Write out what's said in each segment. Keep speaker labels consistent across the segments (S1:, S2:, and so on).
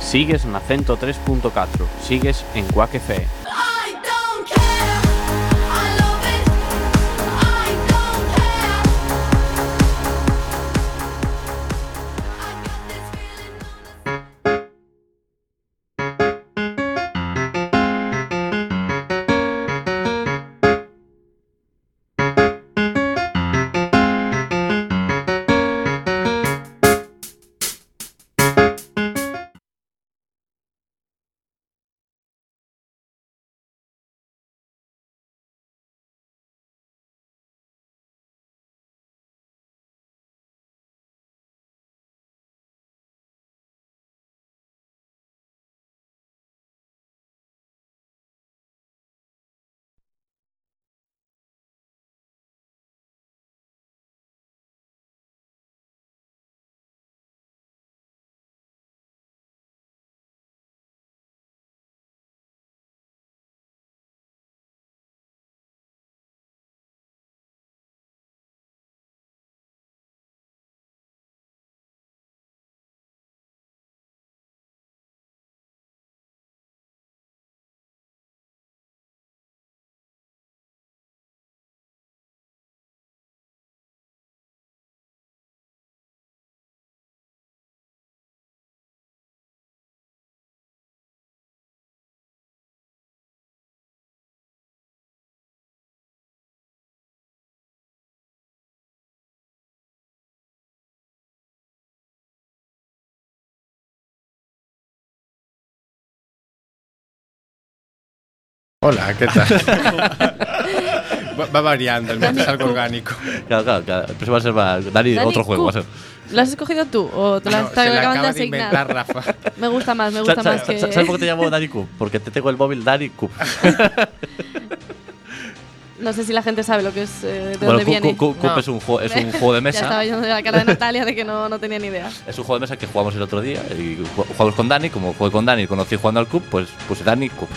S1: Sigues na 103.4, sigues en Quack E. FM.
S2: I don't care. I love it. I don't care. I got this feeling on the
S3: Hola, ¿qué tal? va, va variando, el metes algo orgánico.
S4: Claro, claro, claro. El próximo va a ser más- Dani,
S5: Dani,
S4: otro juego.
S5: cu-
S4: Va a ser.
S5: ¿Lo has escogido tú o te lo
S3: No,
S5: has- te
S3: se
S5: lo
S3: la
S5: acaban de
S3: acaba de
S5: asignar?
S3: inventar Rafa.
S5: Me gusta más, me
S4: Sa-
S5: gusta
S4: sa-
S5: más
S4: sa-
S5: que.
S4: ¿Sabes por qué te llamo Dani Cub? Porque te tengo el móvil Dani Cub.
S5: No sé si la gente sabe lo que es, eh, de dónde
S4: Cu-
S5: viene.
S4: Cu- Cu- Cub
S3: No.
S4: es un juego- es un juego de
S5: ya estaba
S4: mesa.
S5: yo de la cara de Natalia de que no, no tenía ni idea.
S4: Es un juego de mesa que jugamos el otro día y ju- jugamos con Dani. Como jugué con Dani y conocí jugando al Cub, pues puse Dani Cub.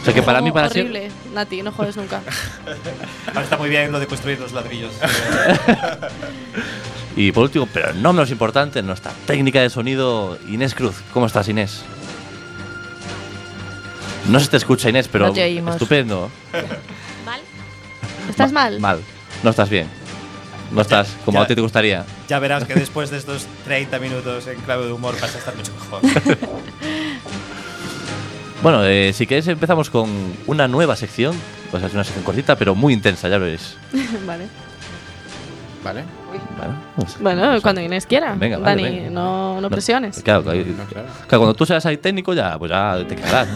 S4: O sea que para
S5: Oh,
S4: mí, para siempre.
S5: horrible. Nati, no juegues nunca.
S6: Ahora está muy bien lo de construir los ladrillos.
S4: Y por último, pero no menos importante, nuestra técnica de sonido, Inés Cruz. ¿Cómo estás, Inés? No se te escucha, Inés, pero
S5: No te oímos.
S4: estupendo.
S5: ¿Estás
S4: Ma-
S5: mal?
S4: Mal. No estás bien. No estás como
S6: ya.
S4: a ti te gustaría.
S6: ya verás que después de estos 30 minutos en clave de humor vas a estar mucho mejor.
S4: Bueno, eh, si queréis empezamos con una nueva sección. O sea, es una sección cortita, pero muy intensa, ya veréis.
S5: vale.
S3: ¿Vale?
S4: Bueno, pues-
S5: Bueno,
S4: pues-
S5: cuando Inés quiera.
S4: Venga, vale,
S5: Dani,
S4: venga.
S5: No, no
S4: No,
S5: presiones.
S4: Claro, claro,
S3: No, claro.
S4: claro, cuando tú seas ahí técnico ya, pues ya te quedarás.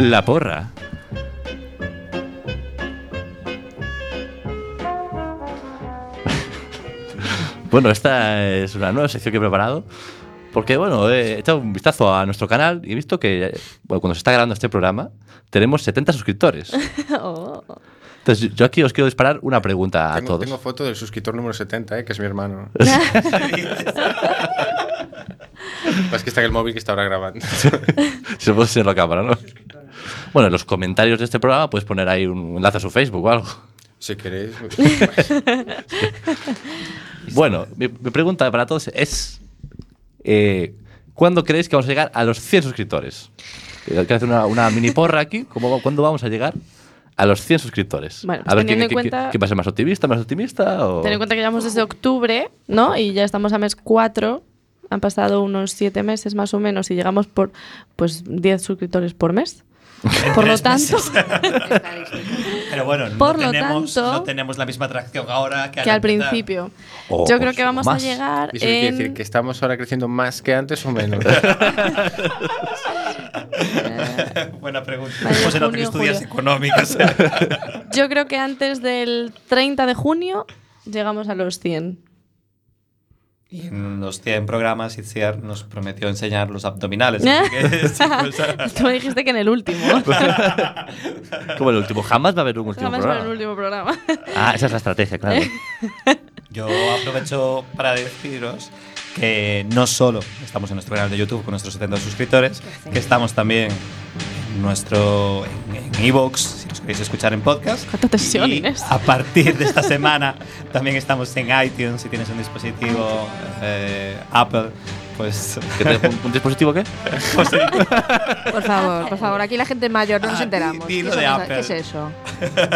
S4: La porra. bueno, esta es una nueva sección que he preparado. Porque, bueno, he echado un vistazo a nuestro canal y he visto que, eh, bueno, cuando se está grabando este programa, tenemos 70 suscriptores.
S5: Oh.
S4: Entonces, yo aquí os quiero disparar una pregunta a
S3: Tengo,
S4: todos.
S3: tengo foto del suscriptor número 70, eh, que es mi hermano. es que está en el móvil que está ahora grabando.
S4: Si se puede ser la cámara, ¿no? Bueno, en los comentarios de este programa puedes poner ahí un enlace a su Facebook o algo.
S3: si queréis. pues,
S4: Eh, Bueno, mi, mi pregunta para todos es: eh, ¿cuándo creéis que vamos a llegar a los 100 suscriptores? Eh, Hay que hacer una, una mini porra aquí. ¿Cómo, va- ¿Cuándo vamos a llegar a los 100 suscriptores?
S5: Bueno, pues
S4: a ver, ¿qué,
S5: teniendo en
S4: qué- qué-
S5: cuenta-
S4: qué pasa? ¿Más optimista? ¿Más optimista? O...
S5: Ten en cuenta que llevamos desde octubre, ¿no? Y ya estamos a mes 4. Han pasado unos 7 meses más o menos y llegamos por pues 10 suscriptores por mes. Por lo tanto,
S6: Pero bueno, no,
S5: Por lo
S6: tenemos,
S5: tanto-
S6: no tenemos la misma atracción ahora que,
S5: que al
S6: empezar.
S5: principio.
S4: O-
S5: Yo creo que
S4: o
S5: vamos
S4: Oh, más.
S5: a llegar
S3: ¿Y eso qué quiere
S5: en...
S3: decir? ¿Que estamos ahora creciendo más que antes o menos?
S6: Buena pregunta.
S5: Vale,
S6: Pues era que
S5: junio,
S6: estudias
S5: julio.
S6: económicas.
S5: Yo creo que antes del 30 de junio llegamos a los 100.
S6: y en los 100 programas, Itziar nos prometió enseñar los abdominales.
S5: ¿Eh?
S6: así que sí, pues, ah.
S5: Tú me dijiste que en el último.
S4: Como el último. Jamás va a haber un último
S5: Jamás para
S4: programa.
S5: el último programa.
S4: Ah, esa es la estrategia, claro.
S6: Yo aprovecho para deciros que no solo estamos en nuestro canal de YouTube con nuestros 70 suscriptores, que estamos también en nuestro en en iVoox, si nos podéis escuchar en podcast.
S5: Cuánta tensión,
S6: Y
S5: Inés.
S6: A partir de esta semana también estamos en iTunes. Si tienes un dispositivo eh, Apple, pues
S4: ¿Que te- un, un dispositivo qué?
S7: Por favor, por favor, aquí la gente mayor no nos
S6: Ah,
S7: enteramos.
S6: di-
S7: ¿Qué
S6: di lo
S7: son
S6: de
S7: esas-
S6: Apple.
S7: ¿Qué es eso?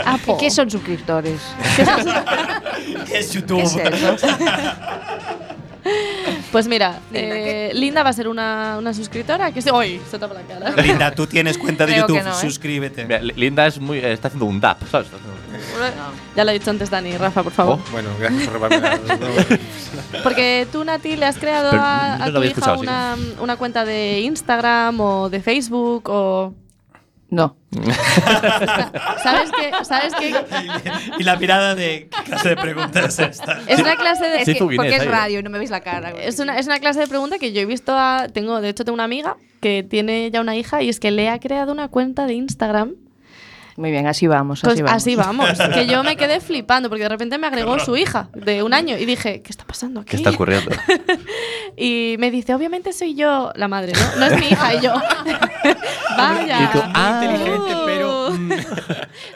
S5: Apple.
S7: ¿Qué son suscriptores?
S6: ¿Qué es
S7: ¿Qué
S6: YouTube?
S7: es eso?
S5: Pues mira,
S7: Linda,
S5: eh, Linda va a ser una, una suscriptora que se. ¡Uy! Se tapa la cara.
S6: Linda, tú tienes cuenta de
S7: Creo que
S6: YouTube,
S7: no, ¿eh?
S6: suscríbete.
S4: Mira, Li- Linda es muy, eh, está haciendo un Oh, DAP, ¿sabes?
S5: Ya lo ha dicho antes Dani, Rafa, por favor.
S3: Bueno, gracias por robarme la-
S5: Porque tú, Nati, le has creado
S4: Oh. Pero
S5: a,
S4: no
S5: a
S4: lo
S5: tu
S4: había
S5: hija
S4: escuchado, así
S5: una, una cuenta de Instagram o de Facebook o.
S7: No.
S5: ¿Sabes qué? ¿Sabes qué?
S6: Y la mirada de qué clase de preguntas es esta.
S5: Es una clase de.
S7: Es
S4: Sí,
S7: que-
S4: tú, Guinness,
S7: porque es
S4: ahí.
S7: radio y no me veis la cara.
S5: Es una, es una clase de pregunta que yo he visto a. Tengo, de hecho, tengo una amiga que tiene ya una hija y es que le ha creado una cuenta de Instagram.
S7: Muy bien, así vamos.
S5: Pues
S7: Así vamos.
S5: así vamos. Que yo me quedé flipando porque de repente me agregó su hija de un año y dije, ¿qué está pasando aquí?
S4: ¿Qué está ocurriendo?
S5: Y me dice, obviamente soy yo la madre, ¿no? No es mi hija, y yo. Vaya.
S4: Y tú, ah.
S5: Uh.
S4: Inteligente,
S3: pero,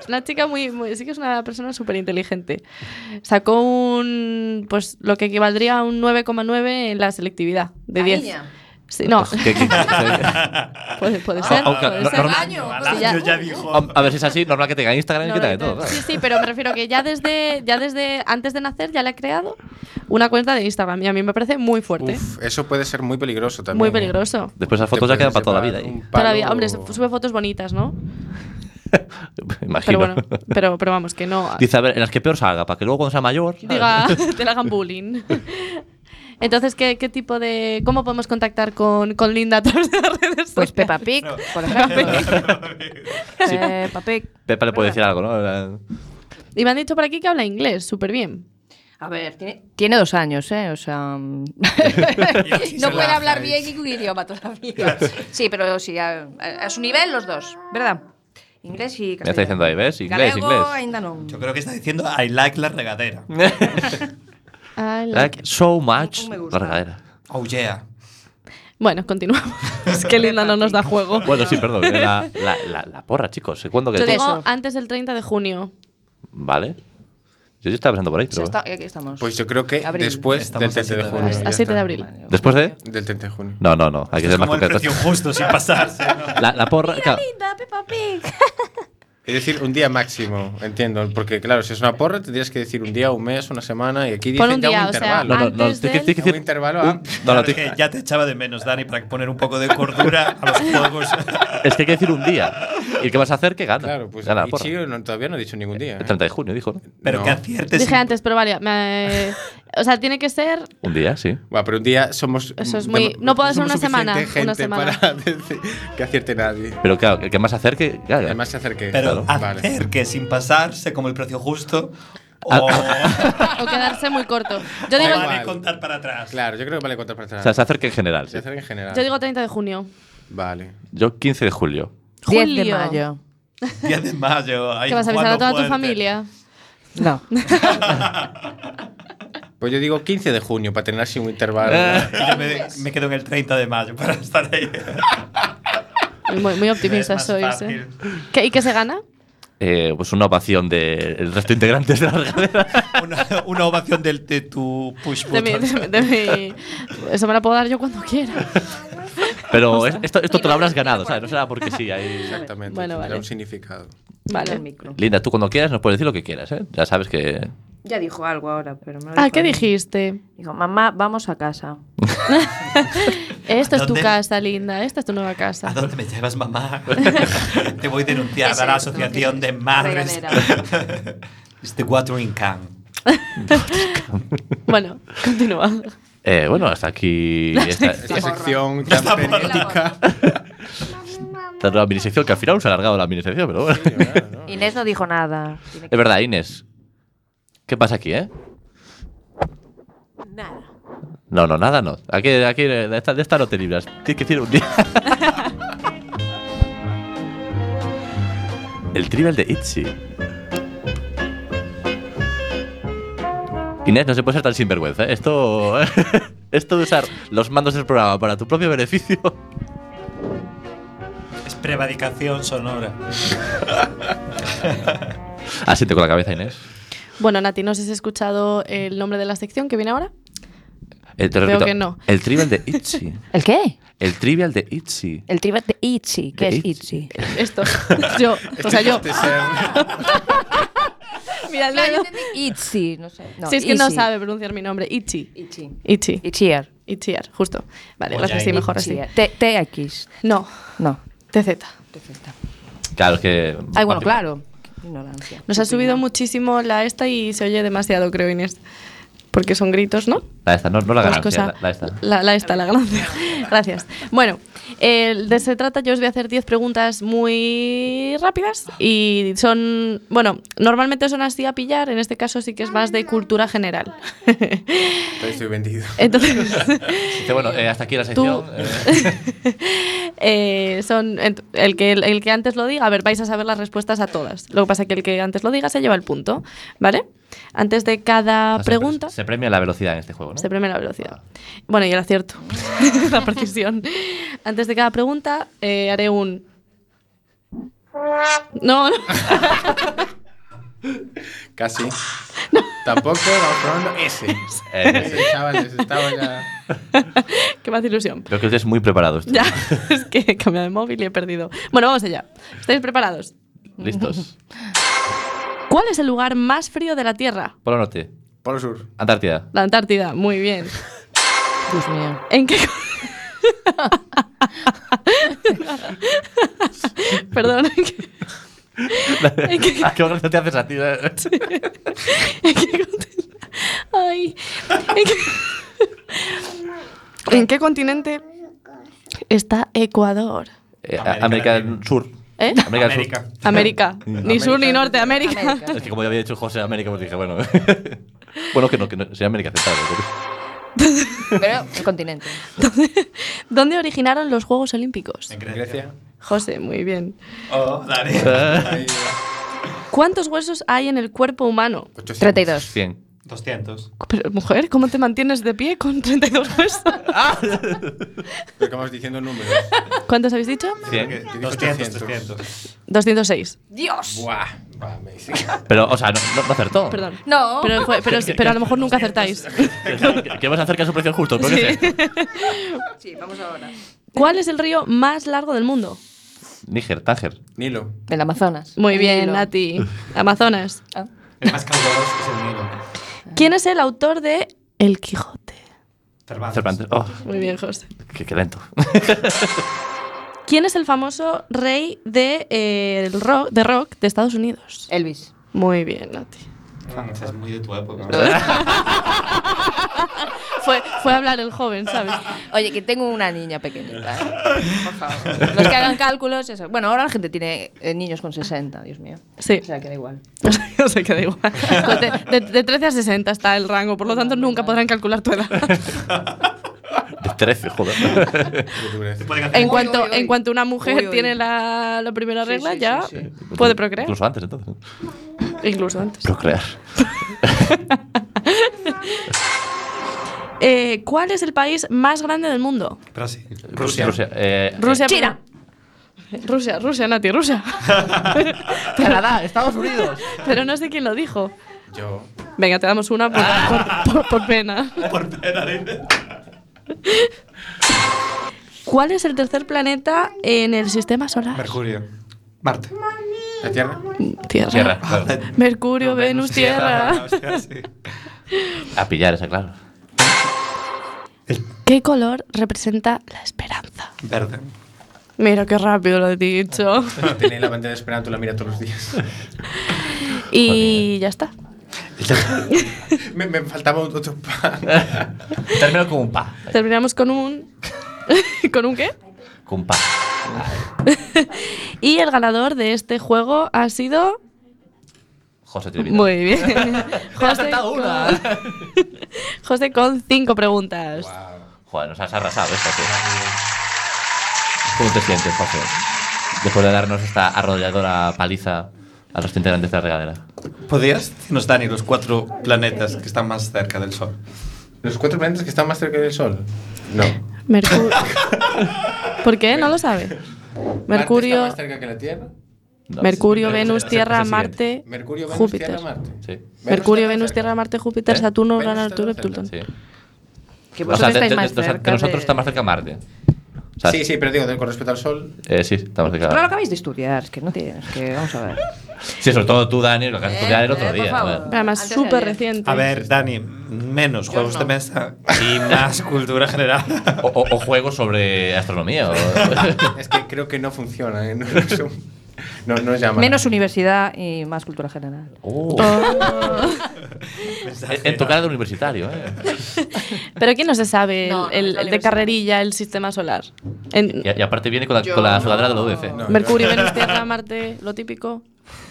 S5: es una chica muy, muy- Sí que es una persona súper inteligente. Sacó un. Pues lo que equivaldría a un 9,9 en la selectividad, de 10.
S7: Cariño.
S5: Sí, no,
S4: Pues, ¿qué- qué- qué-
S5: puede, puede ser.
S4: Ah, aunque-
S5: puede
S4: no-
S5: ser.
S4: normal-
S7: Año.
S6: Ojalá,
S5: Sí, ya-
S6: yo ya dijo.
S4: a ver si es así, normal que tenga Instagram y
S5: No,
S4: que
S5: no,
S4: tenga de
S5: no.
S4: todo.
S5: Sí, sí, pero me refiero que ya desde, ya desde antes de nacer ya le ha creado una cuenta de Instagram y a mí me parece muy fuerte,
S3: Uf, eso puede ser muy peligroso también. ¿eh?
S5: muy peligroso.
S4: Después esas
S3: Te
S4: fotos ya quedan
S3: puedes
S4: para toda la vida. ¿eh?
S3: llevar
S4: ahí.
S3: un
S5: Para
S3: palo-
S5: vi- hombre, se- sube fotos bonitas, ¿no? Pero
S4: Imagino.
S5: bueno, pero, pero vamos, que no
S4: Dice, a ver, en las que peor salga, para que luego cuando sea mayor. ¿sabes?
S5: diga, te la hagan bullying. Entonces, ¿qué, qué tipo de. ¿Cómo podemos contactar con, con Linda a través de las redes
S7: Pues
S5: sociales?
S7: Peppa Pig, por ejemplo.
S4: Sí.
S7: Peppa Pig.
S4: Pepa le puede decir algo, ¿no?
S5: Y me han dicho por aquí que habla inglés, súper bien.
S7: A ver, tiene, tiene dos años, ¿eh? O sea. mm, no puede
S3: relaja,
S7: hablar
S3: ¿eh?
S7: bien ningún idioma todavía. Sí, pero sí, a, a- a su nivel los dos, ¿verdad? Inglés y castellano.
S4: está diciendo ahí, ¿ves? Inglés,
S7: Galego e
S4: inglés.
S7: ainda no.
S6: Yo creo que está diciendo I like la regadera.
S5: I like-
S4: Like so much.
S7: Me gusta.
S4: la regadera.
S6: Oh yeah.
S5: Bueno, continuamos. Es que Linda no nos da juego.
S4: Bueno, sí, perdón. eh, La, la, la, la porra, chicos. ¿eh? ¿Cuándo que
S5: Yo digo
S7: Eso.
S5: antes del 30 de junio.
S4: Vale. Yo ya estaba pensando por ahí,
S7: O sea,
S4: pero.
S7: está- aquí estamos.
S3: Pues yo creo que
S7: Abril.
S3: después del
S6: Estamos a
S3: 30 de
S6: siete de
S3: junio.
S5: abril.
S3: ya
S5: A 7 de
S3: está.
S5: abril.
S4: Después de.
S3: Del 30 de junio.
S4: No, no, no. Hay que
S6: Es
S4: ser más
S6: como el
S4: concretos.
S6: precio justo sin pasarse. ¿no?
S4: La, la porra. claro,
S3: Es decir, un día máximo, entiendo. Porque, claro, si es una porra, tendrías que decir un día, un mes, una semana. Y aquí
S5: Pon
S3: dicen
S5: un
S3: ya
S5: día,
S3: un
S5: o sea,
S3: intervalo.
S4: no, no, no.
S5: Antes
S4: Tienes que
S5: del-
S4: decir.
S3: Un intervalo ah, a-
S4: un- No, no,
S6: Claro, es
S4: tienes-
S6: que ya te echaba de menos, Dani, para poner un poco de cordura a los juegos.
S4: Es que hay que decir un día. ¿Y el que vas a hacer? Que gana.
S3: Claro, pues
S4: Gana la
S3: y
S4: porra.
S3: Chio no- todavía no ha dicho ningún día.
S4: El
S3: ¿eh?
S4: 30 de junio, dijo, ¿no?
S6: Pero
S3: No.
S6: que aciertes.
S5: Dije antes, pero vale. me- o sea, tiene que ser.
S4: Un día, sí.
S3: Buah, pero un día somos.
S5: Eso es
S3: dem-
S5: muy- no puede ser
S3: somos
S5: una semana,
S3: suficiente
S5: una
S3: gente
S5: semana.
S3: Para decir que acierte nadie.
S4: Pero claro, el que más acerque, gana.
S3: Además, se acerque.
S6: Pero
S3: Vale.
S6: hacer que sin pasarse como el precio justo.
S4: Ah.
S6: O,
S5: O quedarse muy corto. Yo
S6: o
S5: digo,
S6: vale
S3: Igual.
S6: contar para atrás.
S3: Claro, yo creo que vale contar para
S4: o
S3: atrás.
S4: sea, se acerque en general.
S3: Se
S4: sí.
S3: acerca en general.
S5: yo digo 30 de junio.
S3: Vale.
S4: Yo 15 de julio.
S7: 10 de
S5: Julio.
S7: mayo.
S6: 10 de mayo. ahí
S5: Que vas a avisar a
S6: jugando
S5: toda tu
S6: fuerte.
S5: familia.
S7: No.
S3: Pues yo digo 15 de junio para tener así un intervalo.
S4: Eh.
S6: Y yo me, me quedo en el 30 de mayo para estar ahí.
S5: Muy, muy optimista
S6: Es más
S5: sois.
S6: fácil.
S5: ¿eh? ¿Qué- ¿Y qué se gana?
S4: Eh, pues una ovación del resto de integrantes de la regadera.
S6: Una, una ovación del, de tu push
S5: De mi, de- de mi- Eso me la puedo dar yo cuando quiera.
S4: Pero es- esto, esto te lo habrás ganado, ¿sabes? No será porque sí. Hay...
S3: Exactamente.
S5: Bueno,
S3: tendrá
S5: vale.
S3: un significado.
S7: El
S5: Vale.
S7: micro.
S4: Linda, tú cuando quieras nos puedes decir lo que quieras, ¿eh? Ya sabes que.
S7: Ya dijo algo ahora, pero me lo
S5: Ah,
S7: dijo
S5: ¿qué
S7: él.
S5: dijiste?
S7: Dijo, mamá, vamos a casa.
S5: Esta es tu
S6: ¿Dónde?
S5: casa, linda. Esta es tu nueva
S6: ¿A
S5: casa.
S6: dónde me llevas, mamá? Te voy a denunciar
S7: Es
S6: a la
S7: esto,
S6: asociación
S7: ¿qué
S6: de
S7: es?
S6: madres.
S7: Regadera.
S6: Es the watering can.
S5: Bueno, continúa.
S4: Eh, bueno, hasta aquí. Esta,
S3: Esta
S7: porra.
S3: sección tan frenética.
S4: esta nueva minisección, que al final se ha alargado la minisección, pero bueno.
S3: Claro, ¿no?
S7: Inés no dijo nada. Tiene que-
S4: Es verdad, Inés. ¿Qué pasa aquí, eh? Nada. No, no, nada no. Aquí, aquí eh, de, esta, de esta no te libras. Tienes que decir un día. El trivial de Itzy. Inés, no se puede ser tan sinvergüenza. ¿eh? Esto, esto de usar los mandos del programa para tu propio beneficio.
S6: Es prevaricación sonora.
S4: Asiente con Ah, la cabeza, Inés.
S5: Bueno, Nati, ¿no sé si has escuchado el nombre de la sección que viene ahora?
S4: Eh, te
S5: Creo
S4: repito,
S5: que no.
S4: El trivial de Itzy.
S8: ¿El qué?
S4: El trivial de Itzy.
S8: El trivial de Itzy. ¿Qué
S4: ¿De
S8: es
S4: Itzy?
S8: Itzy?
S5: Esto. yo. O sea, yo.
S3: Este ser-
S5: Mira el
S8: Claro, yo
S5: dedo.
S8: entendí Itzy, no sé.
S5: si es que no
S8: Itzy.
S5: sabe pronunciar mi nombre. Ichi.
S7: Ichi.
S5: Ichi.
S8: Itchier.
S5: Itchiar, justo. Vale,
S6: Oye,
S5: lo haces así
S6: ahí.
S5: mejor así.
S8: Itchier. T- TX.
S5: No,
S8: No.
S5: TZ.
S4: Claro, es que.
S8: Ay, bueno,
S4: papi,
S8: claro. Qué Ignorancia.
S5: Nos ha subido muchísimo la esta y se oye demasiado, creo, Inés. Porque son gritos, ¿no?
S4: La esta, no, no la
S5: Pues
S4: ganancia,
S5: cosa-
S4: la, la esta.
S5: La, la esta, la ganancia. Gracias. Bueno, eh, de se trata, yo os voy a hacer 10 preguntas muy rápidas y son, bueno, normalmente son así a pillar, en este caso sí que es más de cultura general.
S3: Estoy vendido.
S5: Entonces,
S4: Dice, bueno, eh, hasta aquí la sección. eh,
S5: eh, son ent- el que, el que antes lo diga, a ver, vais a saber las respuestas a todas. Lo que pasa es que el que antes lo diga se lleva el punto, ¿vale? Antes de cada
S4: no sé,
S5: pregunta...
S4: Se premia la velocidad en este juego, ¿no?
S5: Se premia la velocidad. Bueno, y el acierto. la precisión. Antes de cada pregunta, eh, haré un. No, no.
S3: Casi. Tampoco, vamos probando ese.
S4: Eh,
S3: Ese, chavales, estaba ya.
S5: Qué más ilusión.
S4: creo que estés muy preparado. esto.
S5: Ya, es que he cambiado de móvil y he perdido. Bueno, vamos allá. ¿Estáis preparados?
S4: Listos.
S5: ¿Cuál es el lugar más frío de la Tierra?
S4: Polo Norte.
S3: Polo Sur.
S4: Antártida.
S5: La Antártida. Muy bien.
S8: Dios mío.
S5: ¿En qué.? co- Perdón. ¿en qué- ¿En qué
S4: ¿A qué hora te haces a ti? eh?
S5: ¿En qué continente? Ay. ¿En qué, ¿En qué continente está Ecuador?
S4: Eh,
S6: América
S4: América del
S6: Latina.
S4: Sur.
S5: ¿eh?
S4: América del
S6: América.
S4: Sur.
S5: América. Ni sur ni norte, América.
S7: América.
S4: Es que como ya había dicho José América, pues dije, bueno. bueno, que no, que no, sería América Central. ¿no?
S7: Pero el continente.
S5: ¿Dónde originaron los Juegos Olímpicos?
S6: En
S3: Grecia.
S5: José, muy bien.
S6: Oh, Dani.
S4: Ah.
S3: Ahí,
S5: ¿Cuántos huesos hay en el cuerpo humano?
S3: 800.
S8: 32.
S4: 100.
S6: 200.
S5: Pero, mujer, ¿cómo te mantienes de pie con 32 huesos?
S3: Pero que vamos diciendo números.
S5: ¿Cuántos habéis dicho?
S4: 100.
S6: 200,
S3: 800.
S6: 300.
S5: 206.
S7: ¡Dios!
S3: Buah, va, me dice.
S4: Pero, o sea, no, no- no acertó.
S5: Perdón.
S7: No.
S5: Pero, fue- pero, pero a lo mejor nunca acertáis.
S4: Que- Que vas a hacer caso precio justo, pero qué sé.
S7: Sí, vamos ahora.
S5: ¿Cuál es el río más largo del mundo?
S4: Níger, Tánger.
S3: Nilo.
S8: Del Amazonas.
S5: Muy bien,
S8: Nilo. Ah.
S5: Nati. Amazonas.
S6: El más caudaloso es el Nilo.
S5: ¿Quién es el autor de El Quijote?
S6: Cervantes.
S4: Cervantes. Oh,
S5: Muy bien, José.
S4: qué, qué lento.
S5: ¿Quién es el famoso rey de, eh, el rock, de rock de Estados Unidos?
S8: Elvis.
S5: Muy bien, Nati.
S6: Ah, esa es muy de tu época.
S5: Fue, fue a hablar el joven, ¿sabes?
S8: Oye, que tengo una niña pequeñita. ¿eh? Por favor. Los que hagan cálculos, eso. Bueno, ahora la gente tiene eh, niños con 60, Dios mío.
S5: Sí.
S8: O sea, que da igual.
S5: O sea, no sé qué da igual. Pues De, de- de 13 a 60 está el rango, por lo tanto nunca podrán calcular tu edad.
S4: De 13, joder.
S3: Qué dureza.
S6: Pueden hacer
S5: En cuanto,
S7: uy, uy.
S5: en cuanto una mujer
S7: Uy, uy.
S5: tiene la, la primera regla,
S7: sí,
S5: ya
S7: sí,
S5: puede procrear.
S4: Incluso antes, entonces.
S5: Incluso antes.
S4: Procrear.
S5: Eh, ¿Cuál es el país más grande del mundo?
S6: Brasil.
S4: Rusia. Rusia. Eh,
S5: Rusia.
S8: China.
S5: Rusia, Rusia, Nati, Rusia.
S8: Canadá, Estados Unidos.
S5: Pero no sé quién lo dijo.
S3: Yo.
S5: Venga, te damos una por, por- por- por pena.
S6: Por pena, dice.
S5: ¿Cuál es el tercer planeta en el sistema solar?
S6: Mercurio. Marte.
S3: ¿La Tierra?
S5: Tierra.
S4: Tierra. claro.
S5: Mercurio, Venus, Tierra.
S6: Hostia, sí.
S4: A pillar esa, claro.
S5: ¿Qué color representa la esperanza?
S6: Verde.
S5: Mira qué rápido lo he dicho.
S3: Tenéis la bandera de Esperanto, la mira todos los días.
S5: Y ya está.
S3: Me, me faltaba otro pan.
S4: Termino con un pa.
S5: Terminamos con un. ¿Con un qué?
S4: Con un pa.
S5: Y el ganador de este juego ha sido.
S4: José Trivita.
S5: Muy bien.
S4: ¡Me ha acertado una!
S5: José con cinco preguntas.
S4: Joder, nos has arrasado esta, tío. ¿Cómo te sientes, José? Después de darnos esta arrolladora paliza a los integrantes de la regadera.
S6: ¿Podrías decirnos, Dani, los cuatro planetas que están más cerca del Sol?
S3: ¿Los cuatro planetas que están más cerca del Sol? No.
S5: Mercurio. ¿Por qué? No lo sabe.
S3: ¿Marte está
S5: Mercurio.
S3: más cerca que la Tierra?
S4: No,
S5: Mercurio,
S4: sí, sí,
S5: Venus,
S4: sí, sí,
S5: Tierra,
S4: sí,
S5: Marte,
S3: Mercurio, Venus,
S5: Júpiter.
S3: Tierra, Marte.
S4: Sí.
S5: Mercurio,
S3: está
S5: Venus,
S3: cerca.
S5: Tierra, Marte, Júpiter,
S4: ¿Eh?
S5: Saturno,
S3: Venus
S5: Urano,
S3: está
S5: Neptuno,
S3: más cerca.
S5: Plutón.
S4: sí.
S8: Que
S4: O
S8: vosotros
S4: sea, de,
S8: estáis
S4: de- de-
S8: más
S4: de
S8: cerca
S4: nosotros
S8: de-
S4: está más cerca Marte. O sea,
S3: Sí, sí, pero digo, con respecto al Sol.
S4: eh, sí, está más cerca.
S8: Pero lo acabáis de estudiar, es que no tienes que. Vamos a ver.
S4: Sí, sobre todo tú, Dani, lo que has estudiado el otro
S8: eh, por
S4: día.
S8: favor.
S4: bueno.
S5: Pero Además,
S8: Antes de ayer.
S5: súper reciente.
S6: A ver, Dani, menos juegos
S8: no.
S6: de mesa y más cultura general.
S4: O, o- o juegos sobre astronomía. o-
S3: Es que creo que no funciona, ¿eh? No, no, es un- no, no llama.
S8: Menos universidad y más cultura general.
S4: Oh. En tu cara de universitario, ¿eh?
S5: Pero ¿quién no se sabe el-
S7: No, no, es
S5: el,
S7: la
S5: el de
S7: universidad.
S5: carrerilla el sistema solar? En-
S4: Y, y aparte viene con la, con la sudadera de la UDC.
S3: No.
S5: Mercurio, Venus, Tierra, Marte, lo típico.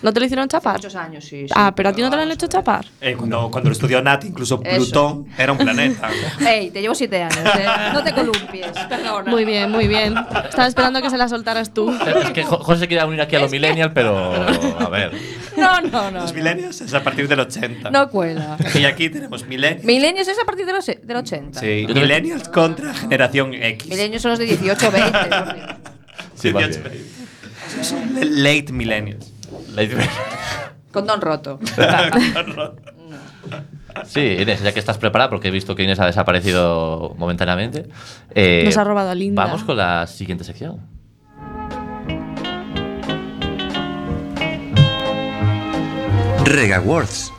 S5: ¿No te lo hicieron chapar?
S8: Muchos años, sí. sí.
S5: Ah, pero a ti no te lo han hecho chapar.
S6: Eh, cuando, cuando lo estudió Nat, incluso
S8: Eso.
S6: Plutón era un planeta.
S8: Ey, te llevo siete años, ¿eh? No te columpies, perdona.
S5: Muy bien, muy bien. Estaba esperando que se la soltaras tú.
S4: Es que Jo- José quería unir aquí a los millennials, pero a ver.
S8: No, no, no.
S6: Los
S8: No,
S6: milenios es a partir del 80.
S8: No cuela.
S6: Y aquí tenemos milenios.
S8: Milenios es a partir de los, del 80.
S6: Sí, millennials contra generación X.
S8: Milenios son los de 18, 20. los niños.
S4: Sí, más bien.
S6: Son le- Late millennials.
S8: Condón roto.
S4: Sí, Inés, ya que estás preparada, porque he visto que Inés ha desaparecido momentáneamente. eh,
S5: Nos ha robado a Linda.
S4: Vamos con la siguiente sección.
S9: Rega Awards.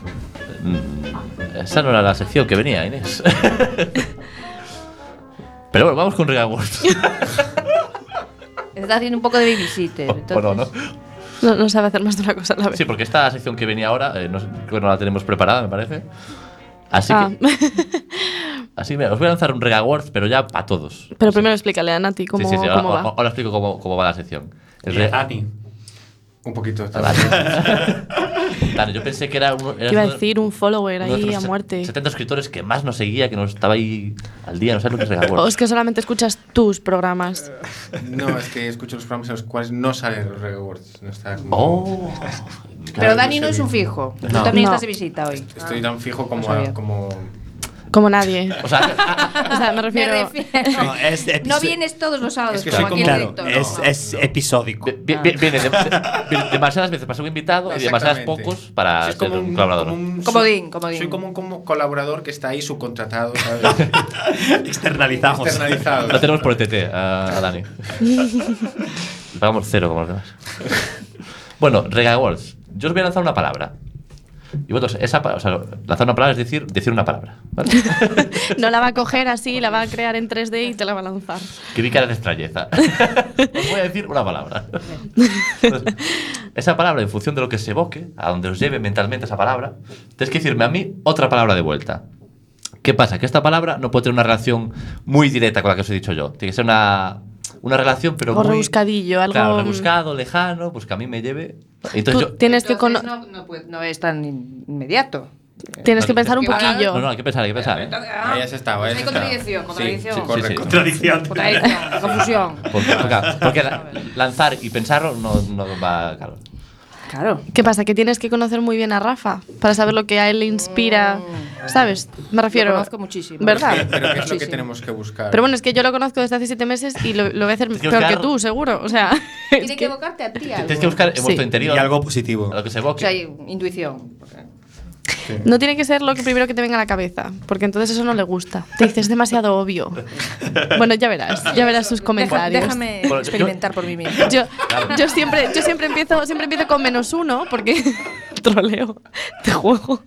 S4: Esa no era la sección que venía, Inés. Pero bueno, vamos con Real World.
S8: Está haciendo un poco de babysitter. Entonces,
S4: Bueno, Oh, ¿no?
S5: No, no sabe hacer más de una cosa a la vez.
S4: Sí, porque esta sección que venía ahora, eh, no sé, creo que no la tenemos preparada, me parece. Así
S5: Ah,
S4: que, así que mira, os voy a lanzar un Rega Awards, pero ya para todos.
S5: pero primero explícale a Nati
S4: Sí,
S5: cómo,
S4: sí, sí, ahora,
S5: cómo va.
S4: ahora- ahora explico cómo, cómo va la sección. El
S6: Y
S4: re-
S3: ah,
S6: Dani.
S3: Un poquito. está
S4: Ah, Vale.
S3: bien.
S4: Claro, yo pensé que era uno. era
S5: Iba a
S4: uno de-
S5: decir un follower
S4: uno de
S5: ahí
S4: los
S5: a
S4: set-
S5: muerte.
S4: 70 escritores que más nos seguía, que no estaba ahí al día, no sé lo que es Rega
S5: O
S4: Awards.
S5: es que solamente escuchas tus programas.
S3: No, es que escucho los programas en los cuales no salen los Rega Awards. No está como-
S4: Oh.
S8: Pero Dani no es un fijo. Tú
S4: No.
S8: también
S5: No.
S8: estás de visita hoy.
S3: Estoy tan fijo
S8: No
S3: como,
S8: sabía.
S3: a- como...
S5: Como nadie.
S4: O sea, ah,
S5: O sea, me
S8: Me
S5: refiero.
S8: refiero.
S6: No, es episo-
S8: No vienes todos los sábados
S3: Es que
S8: como
S3: soy
S8: aquí el
S6: Claro,
S8: director.
S6: es, es episódico.
S4: vi- vi- vi- viene de- de- demasiadas veces para ser un invitado y demasiadas
S3: Exactamente.
S4: pocos para
S3: Sí, es
S4: ser
S3: como
S4: Ah, este un, colaborador.
S3: como un-
S8: Comodín, comodín.
S3: Soy como un como- colaborador que está ahí subcontratado, ¿sabes?
S6: Externalizamos.
S3: externalizado.
S4: Lo tenemos por el TT a, a Dani. Le Pagamos cero como los demás. Bueno, Rega Awards. Yo os voy a lanzar una palabra. Y vosotros, esa, pa- o sea, lanzar una palabra es decir, decir una palabra. ¿vale?
S5: No la va a coger así, la va a crear en 3D y te la va a lanzar.
S4: que vi cara de extrañeza. Os voy a decir una palabra. Entonces, esa palabra, en función de lo que se evoque, a donde os lleve mentalmente esa palabra, tenéis que decirme a mí otra palabra de vuelta. ¿Qué pasa? Que esta palabra no puede tener una relación muy directa con la que os he dicho yo. Tiene que ser una, una relación, pero
S5: Algo
S4: muy...
S5: rebuscadillo, algo-
S4: Claro, rebuscado, lejano, pues que a mí me lleve... Entonces
S5: Tú
S4: yo...
S5: tienes que, cono-
S8: Entonces no, no, puede- no es tan inmediato.
S5: tienes que pensar un
S8: que valorar-
S5: poquillo.
S4: No, no, hay que pensar, hay que pensar.
S3: Ahí has estado, ahí
S8: Pues Hay
S3: has estado.
S8: contradicción, contradicción.
S4: sí, sí.
S3: Correcto.
S6: Tradición.
S8: Contradicción, confusión.
S4: Porque, porque- porque la- lanzar y pensarlo no, no va... Claro.
S8: Claro.
S5: ¿Qué pasa? Que tienes que conocer muy bien a Rafa para saber lo que a él le inspira. ¿Sabes? Me refiero.
S8: Lo conozco muchísimo.
S5: ¿Verdad?
S3: Pero ¿qué es lo que
S8: Muchísimo.
S3: tenemos que buscar?
S5: Pero bueno, es que yo lo conozco desde hace siete meses y lo, lo voy a hacer
S4: que
S5: peor que
S4: buscar-
S5: tú, seguro. O sea. es
S8: Tiene que
S5: que-
S8: evocarte a ti algo.
S4: Tienes que buscar en vuestro
S5: Sí.
S6: Y
S4: interior
S6: algo positivo.
S4: a lo que se
S8: O
S4: evoque.
S8: sea, hay intuición.
S5: No tiene que ser lo que primero que te venga a la cabeza, porque entonces eso no le gusta. Te dices "Es demasiado obvio. Bueno, ya verás, ya verás sus comentarios.
S8: déjame
S4: Bueno, yo-
S8: experimentar por mí mismo.
S5: Yo, yo siempre, yo siempre empiezo, siempre empiezo con menos uno, porque troleo, te juego.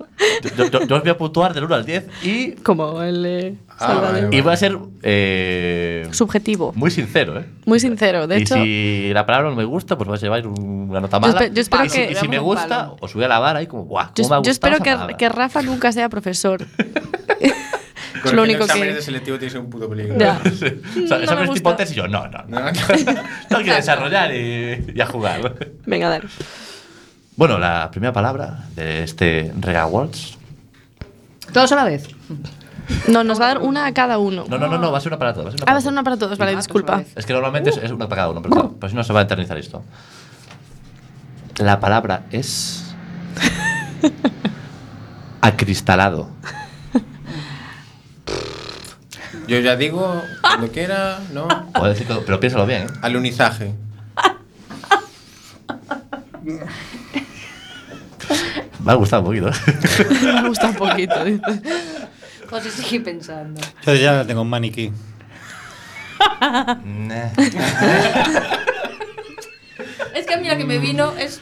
S4: Yo, yo- yo os voy a puntuar del 1 al 10 y,
S5: Como el eh,
S3: Ah, vale,
S5: Salvador.
S4: y voy a ser eh,
S5: subjetivo.
S4: muy sincero, ¿eh?
S5: Muy sincero, de
S4: y
S5: hecho.
S4: si la palabra no me gusta, pues vais a llevar un- una nota mala.
S5: espe- yo espero
S4: y, si-
S5: que-
S4: y si me
S8: Llevamos un
S4: gusta,
S8: palo.
S4: os voy a la vara y como, guau,
S5: Yo,
S4: cómo me ha
S5: yo
S4: gustado
S5: espero
S4: esa
S5: que,
S4: palabra".
S5: que Rafa nunca sea profesor.
S3: Con
S5: es lo
S3: el
S5: único
S3: examen
S5: que-
S3: de selectivo tiene que ser un puto peligro.
S5: Ya.
S4: Sí. O sea,
S5: Mm, No
S4: esa
S5: me
S4: es
S5: gusta.
S4: tipo test y yo, no, no, no.
S3: ¿No?
S4: Tengo que desarrollar y, y a jugar.
S5: Venga, dale.
S4: Bueno, la primera palabra de este Rega Awards.
S8: Todos a la vez.
S5: No, nos va a dar una a cada uno.
S4: No, no, no, pues no, va a ser una para todos. Va a ser una
S5: Ah,
S4: para
S5: va a ser
S4: todos.
S5: una para todos, vale, disculpa.
S4: Es que normalmente es- es una para cada uno, pero, claro, pero si no se va a eternizar esto. La palabra es. acristalado.
S3: Yo ya digo cuando quiera, ¿no?
S4: Puedo decir todo, pero piénsalo bien. ¿eh?
S3: Alunizaje.
S4: Me ha gustado un poquito. ¿eh?
S5: Me gusta un poquito. dice.
S7: José sigue pensando.
S6: Yo ya la tengo un maniquí.
S4: Pues
S7: Es que a mí la que me vino es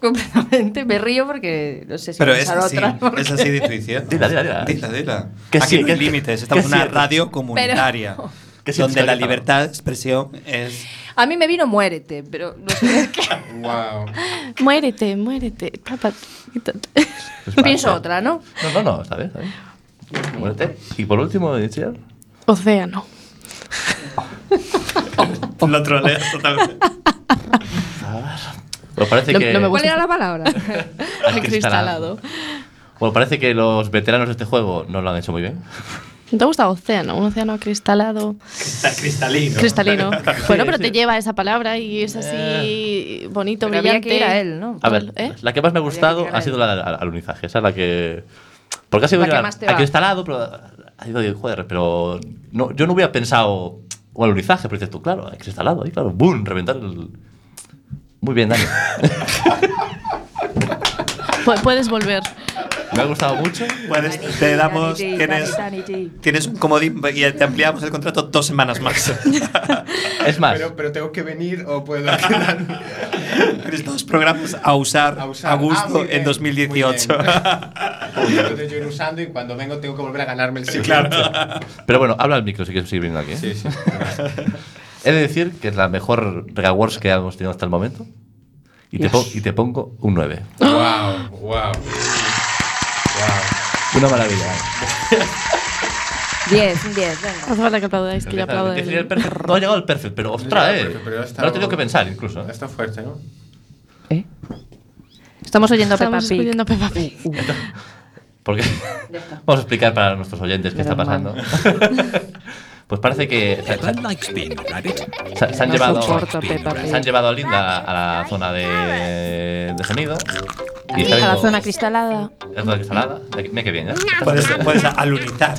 S7: completamente. Me río porque no sé si
S6: Pero es
S7: pensar
S6: así,
S7: otra. porque-
S6: es así difícil.
S4: Dila, dila, dila.
S6: Dila, dila.
S4: Que
S6: Aquí
S4: sí,
S6: no
S4: que
S6: hay
S4: es-
S6: límites. Estamos
S4: que
S6: en
S4: es
S6: una
S4: cierto.
S6: radio comunitaria.
S4: Que sí,
S6: donde
S4: es
S6: la
S4: cierto.
S6: libertad de expresión es.
S7: A mí me vino muérete, pero no sé qué.
S3: Wow.
S5: Muérete, muérete. tápate, quítate.
S7: Pienso otra, ¿no?
S4: No, no, no, está bien, está bien. Muérete. Y por último, Itziar.
S5: Océano.
S6: Lo troleas totalmente.
S4: Bueno, parece
S5: No-
S4: que,
S5: no me
S7: ¿Cuál
S5: gusta.
S7: era la palabra?
S5: Acristalado.
S4: bueno, parece que los veteranos de este juego no lo han hecho muy bien.
S5: ¿No te gusta océano? Un océano acristalado,
S6: Está cristalino.
S5: cristalino. bueno, pero te
S4: sí.
S5: lleva esa palabra y es así bonito,
S8: Pero había
S5: brillante.
S8: que ir a él, ¿no?
S4: A ver,
S5: ¿Eh?
S4: la que más me ha gustado
S7: llegar a
S4: ha
S7: él.
S4: sido la del al- alunizaje. Esa es la que. Porque ha sido
S7: La que
S4: ya-
S7: más te
S4: aquí
S7: va.
S4: está al lado, pero ha sido de joder, pero no, yo no hubiera pensado un alunizaje, pero dices tú, claro, aquí está al lado, ahí, claro, boom, reventar el. Muy bien, Dani.
S5: Pu- puedes volver.
S4: me ha gustado mucho.
S6: Puedes- te damos.
S7: Sanity,
S6: Tienes,
S7: sanity.
S6: tienes un comodín y te ampliamos el contrato dos semanas más.
S4: Es más,
S3: Pero, pero tengo que venir o puedo quedar
S6: Tienes dos programas a usar a,
S3: a usar. Ah,
S6: gusto
S3: muy bien,
S6: en 2018.
S3: muy bien. Entonces yo ir usando y cuando vengo tengo que volver a ganarme el siguiente. Claro.
S4: pero bueno, habla al micro si quieres seguir viniendo aquí.
S3: Sí,
S4: ¿eh?
S3: sí.
S4: He de decir que es la mejor Rega Wars que hemos tenido hasta el momento. Y te, pon- y te pongo un 9.
S3: wow, wow. Wow.
S4: Una maravilla.
S8: 10, un 10, venga.
S5: Hace falta que aplaudáis, que yo aplaudo.
S4: Empieza- empieza el perfect. No ha llegado el perfect, pero ostras,
S3: llegado el
S4: eh.
S3: perfect, pero ya está-
S4: No lo he tenido que pensar incluso. eh.
S3: Está fuerte, ¿no?
S8: Estamos oyendo a Peppa
S5: Estamos
S8: Pig.
S5: escuchando a Peppa Pig.
S4: Porque vamos a explicar para nuestros oyentes qué está
S8: Menos
S4: pasando. pues parece que se, se- se- se han
S8: No
S4: llevado
S8: soporto a Peppa Pig.
S4: se han llevado a Linda a la zona de, de sonido y está
S8: A la
S4: viendo-
S8: zona cristalada.
S4: la zona cristalada. Mira qué bien, ¿eh?
S6: Puedes, puedes alunizar.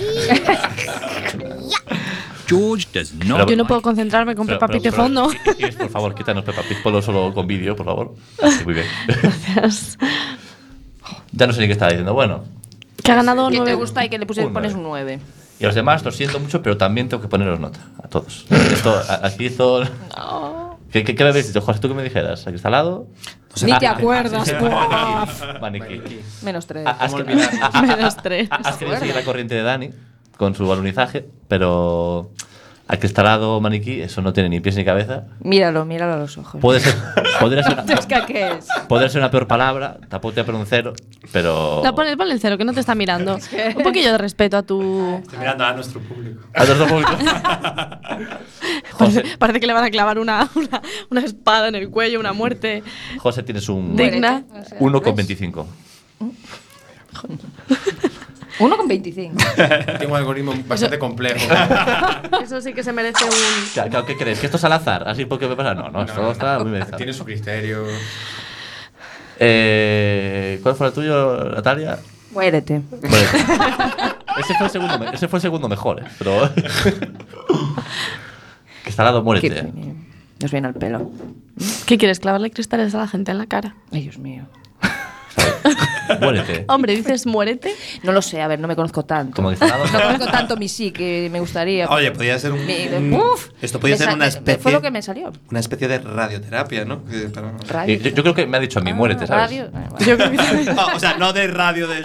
S10: George does not.
S5: Yo no puedo concentrarme con
S4: Pero-
S5: Peppa Pig de
S4: pero- pero-
S5: fondo.
S4: y- y- por favor, quítanos Peppa Pig, ponlo solo con vídeo, por favor. Muy bien.
S5: Gracias.
S4: ya no sé ni qué estaba diciendo. Bueno,
S5: Que ha ganado
S8: Que te
S5: nueve.
S8: gusta y que le puse,
S4: Un
S8: pones
S4: nueve.
S8: un 9.
S4: y a los demás lo siento mucho, pero también tengo que poneros nota. A todos. Esto, a- aquí hizo... ¿Qué, qué, qué me habéis dicho, José? ¿Tú qué me dijeras? ¿Aquí está al lado?
S8: Ni te acuerdas.
S4: Maniquí. Maniquí.
S8: Menos 3.
S4: Ah, Has querido ah,
S5: Menos tres.
S4: ah, has querido seguir la corriente de Dani con su balunizaje, pero acristalado maniquí, eso no tiene ni pies ni cabeza.
S8: Míralo, míralo a los ojos.
S4: Puede ser, podría ser,
S8: Es que, ¿qué es?
S4: Podría ser una peor palabra, tapote por un cero, pero.
S5: No, ponle, ponle el cero, que no te está mirando. Un poquillo de respeto a tu.
S6: Estoy mirando a nuestro público.
S4: A los dos públicos.
S5: Parece,
S4: José,
S5: parece que le van a clavar una, una, una espada en el cuello, una muerte
S4: José tienes un
S5: digna.
S4: 1,25.
S7: 1 con 25.
S3: Tengo un algoritmo bastante complejo.
S5: Eso sí que se merece un.
S4: Claro, claro, ¿Qué crees? ¿Que esto es al azar? ¿Así porque me pasa? No, no, esto está muy bien.
S3: Tiene su criterio.
S4: Eh, ¿Cuál fue el tuyo, Natalia?
S8: Muérete.
S4: Bueno, ese, fue el segundo, me- ese fue el segundo mejor, ¿eh? Pero. que está al lado,
S8: Que-
S4: muérete.
S8: Nos viene al pelo.
S5: ¿Qué quieres? ¿Clavarle cristales a la gente en la cara?
S8: Ay, Dios mío.
S4: Muérete.
S5: Hombre, dices muérete.
S8: No lo sé, a ver, no me conozco tanto.
S4: Como
S8: No
S4: que está al lado.
S8: conozco tanto mi sí que me gustaría.
S6: Oye, podía ser un.
S8: Me-
S6: un-
S8: uf,
S6: esto podía
S8: me
S6: ser
S8: sa-
S6: una
S8: me-
S6: especie.
S8: Fue lo que me salió.
S6: Una especie de radioterapia, ¿no? Que para-
S8: Radio.
S4: Y Eh, Yo, yo creo que me ha dicho a mí,
S8: Ah,
S4: muérete, ¿sabes?
S8: radio. Ah, bueno.
S5: Yo creo que
S6: No, o sea, no de radio de.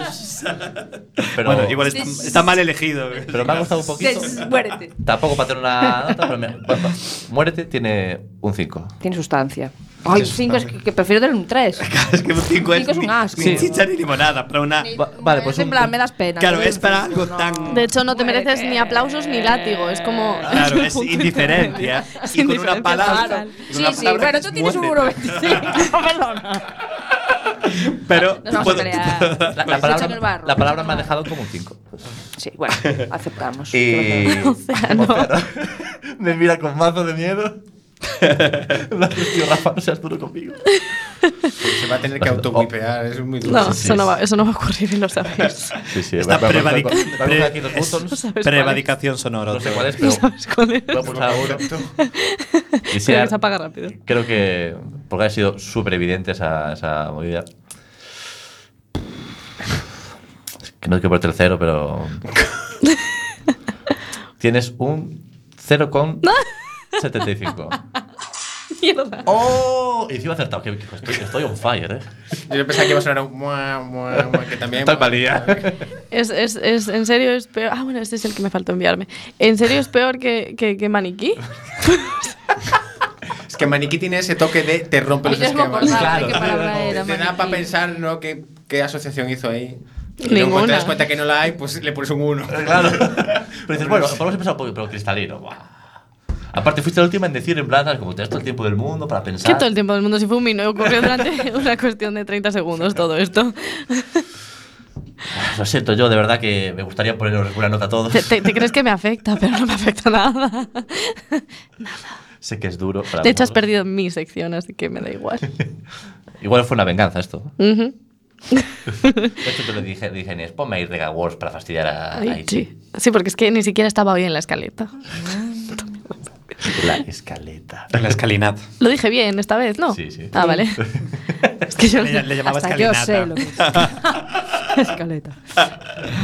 S4: Pero,
S6: Bueno, igual está, está mal elegido.
S4: pero me ha gustado un poquito.
S7: Muérete.
S4: Tampoco para tener una nota, pero me- va- va. muérete tiene un 5.
S8: Tiene sustancia. Ay, 5 es que, que prefiero tener un 3.
S6: Es que un 5 es,
S8: Cinco es un
S6: ni-
S8: asco.
S6: ni chicha ni limonada. Para una.
S4: vale, pues
S8: en
S4: un-
S8: plan, me das pena.
S6: Claro,
S8: Tener
S6: es
S8: un
S6: para
S8: cinco,
S6: algo
S8: no.
S6: tan.
S5: De hecho, no te mereces ni aplausos ni látigo. Es como.
S4: Ah,
S6: Claro, es indiferencia.
S5: Es
S6: Y con
S5: indiferencia
S6: una palabra.
S5: total.
S6: con
S8: Sí,
S6: una
S8: sí,
S6: palabra
S8: bueno,
S6: que
S8: tú
S6: es
S8: tienes un
S6: muerte.
S8: 1,25. Perdona.
S6: Pero.
S8: Nos vamos a
S6: puedo-
S8: pelear.
S4: La, la
S8: Nos echan Pues, el
S4: palabra,
S8: barro.
S4: la palabra me ha dejado como un 5.
S8: Sí, bueno, aceptamos.
S4: Y.
S5: Océano.
S4: me mira con mazo de miedo. Gracias, tío Rafa, no seas duro conmigo.
S3: Se va a tener que autowipear, es muy duro.
S5: No, eso no, va, eso no va a ocurrir y lo sabéis.
S4: Sí, sí,
S6: Esta
S4: va- va- va- va-
S6: prevadica-
S4: va- va-
S6: pre-
S4: aquí los
S6: es
S4: buttons.
S5: sabes
S6: prevadicación sonora.
S4: No sé cuál es,
S5: No
S4: pero
S5: sabes cuál es.
S4: voy a pulsar uno. Y
S5: Creo que
S4: sea-
S5: se apaga rápido.
S4: Creo que. Porque ha sido súper evidente esa, esa movida. Es Que no es que por tercero, pero. Tienes un 0,75.
S5: Mierda.
S4: ¡Oh! Y encima acertado. Que, que estoy, que estoy on fire, ¿eh?
S3: Yo pensaba que iba a sonar un mua, mua, mua, que también.
S4: Tal palilla.
S5: Es, es, es, en serio es peor. Ah, bueno, este es el que me faltó enviarme. ¿En serio es peor que, que, que maniquí?
S3: Es que maniquí tiene ese toque de te rompe los
S8: Yo no me
S3: esquemas.
S8: acordaba
S4: Claro.
S8: de qué palabra era.
S3: Te da
S8: maniquí.
S3: para pensar, ¿no? ¿Qué, qué asociación hizo ahí? Y
S5: Ninguna.
S3: luego cuando te das cuenta que no la hay, pues le pones un 1.
S4: Claro. Pero dices, bueno, podemos empezar un poco, pero cristalino. Buah. Aparte, fuiste la última en decir, en plan, ¿sabes? como tenés todo el tiempo del mundo para pensar.
S5: Que todo el tiempo del mundo se fue un minuto. Ocurrió durante una cuestión de 30 segundos todo esto.
S4: Lo siento, yo de verdad que me gustaría poneros una nota a todos.
S5: Te, te- te crees que me afecta, pero no me afecta nada.
S4: Sé que es duro. Para
S5: De hecho, has
S4: vosotros.
S5: perdido mi sección, así que me da igual.
S4: Igual fue una venganza esto.
S5: Ujú.
S4: Esto te lo dije, dije a Inés, ponme ahí Rega Wars para fastidiar a, a
S5: Ay,
S4: Ichi.
S5: sí. sí, porque es que ni siquiera estaba hoy en la escaleta.
S4: La escaleta.
S6: La escalinata.
S5: Lo dije bien esta vez, ¿no?
S4: Sí, sí.
S5: Ah, vale. es que yo
S6: Le, le llamaba
S8: Hasta yo
S6: escalinata.
S8: sé lo que es. Escaleta.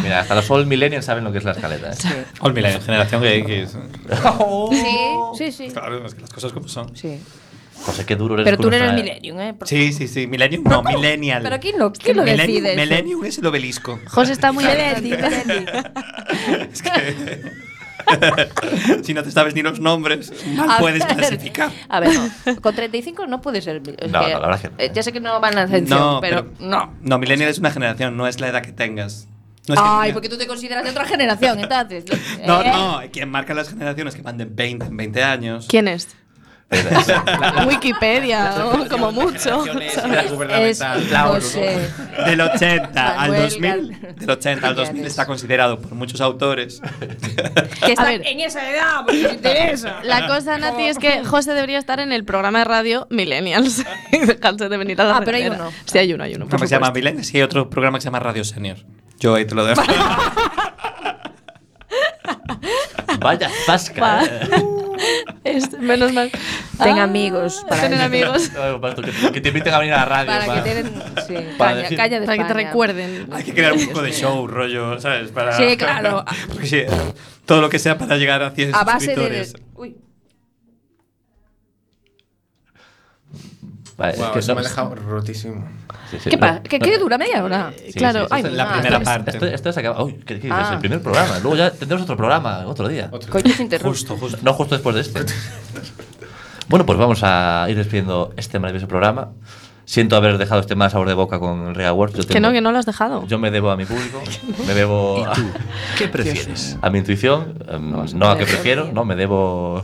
S4: Mira, hasta los old millennials saben lo que es la escaleta. ¿eh?
S6: Olvídala, en generación gay. que es-
S8: Sí, sí.
S6: Claro, es que las cosas como son.
S8: sí.
S4: José, qué duro eres.
S8: Pero tú
S4: con
S8: no eres
S4: nuestra-
S8: Millennium, ¿eh? Por-
S6: Sí, sí, sí. Millennium, no, millennial.
S8: Pero ¿quién lo, quién lo
S6: Millennium-
S8: decide? eso?
S6: Millennium es el obelisco.
S5: José está muy
S8: Melendi,
S5: atento.
S8: Melendi.
S6: Es que... si no te sabes ni los nombres, mal
S8: A
S6: puedes
S8: ver,
S6: clasificar.
S8: A ver, no. Con 35 no puede ser. es
S4: No,
S8: que-
S4: no, la verdad es que no.
S8: eh, Ya sé que no van a la atención, pero, no.
S6: No, millennial es una generación, no es la edad que tengas. No, es que-
S8: Ay, porque tú te consideras de otra generación, entonces.
S6: no,
S8: Eh,
S6: no, quien marca las generaciones que van de 20 en 20 años.
S5: ¿Quién es?
S4: Espera,
S5: Wikipedia, o como mucho.
S8: Es
S3: La ONU,
S8: José.
S6: Del 80 al
S8: Manuel
S6: 2000.
S8: Gal-
S6: Del 80 al 2000 está considerado por muchos autores.
S8: Que está
S5: ver.
S8: en esa edad, porque te interesa.
S5: La cosa, Nati, es que José debería estar en el programa de radio Millennials. Y Dejarse de venir a la
S8: Ah, pero hay
S5: repera.
S8: uno.
S5: Sí, hay uno, hay
S6: Un
S5: uno. por
S6: programa que se llama
S5: supuesto.
S6: Millennials y hay otro programa que se llama Radio Senior. Yo ahí te lo dejo.
S4: Vaya zasca. ¿eh?
S5: Es- menos mal.
S8: Ten
S5: Ah,
S8: amigos para
S5: Tener
S8: eso.
S5: amigos.
S4: No, para esto, Que, que te inviten a venir a la radio.
S8: Para que
S4: va.
S8: te den. Sí,
S4: Para
S8: caña,
S4: decir-
S8: caña de
S5: Para que te
S8: España.
S5: recuerden.
S6: Hay que crear un poco de show, rollo, ¿sabes? Para-
S8: Sí, claro.
S6: Porque sí, todo lo que sea para llegar a 100
S8: A base de.
S6: suscriptores.
S8: Uy,
S4: Vale, es
S3: Wow,
S4: que
S3: eso
S4: no-
S3: me ha dejado rotísimo.
S4: sí, sí,
S8: ¿Qué
S4: no,
S8: pasa? ¿Qué,
S4: no.
S8: qué dura media hora?
S4: Sí,
S5: Claro,
S4: sí, sí,
S5: ay,
S4: esta es
S5: mi
S6: la
S5: madre.
S6: primera
S4: Esto-
S6: parte.
S4: Esto, esto se acaba. Uy, ¿qué, qué dices?
S8: Ah.
S4: El primer programa. Luego ya tendremos otro programa otro día.
S3: Otro.
S8: Coño, se interrumpe.
S6: Justo, justo.
S4: No justo después de este. Bueno, pues vamos a ir despidiendo este maravilloso programa. Siento haber dejado este mal sabor de boca con el Rega Awards. Yo
S5: Que no,
S4: tengo-
S5: que no lo has dejado.
S4: Yo me debo a mi público, me debo a,
S9: ¿Qué prefieres?
S4: a mi intuición, em, no a que prefiero, no, me debo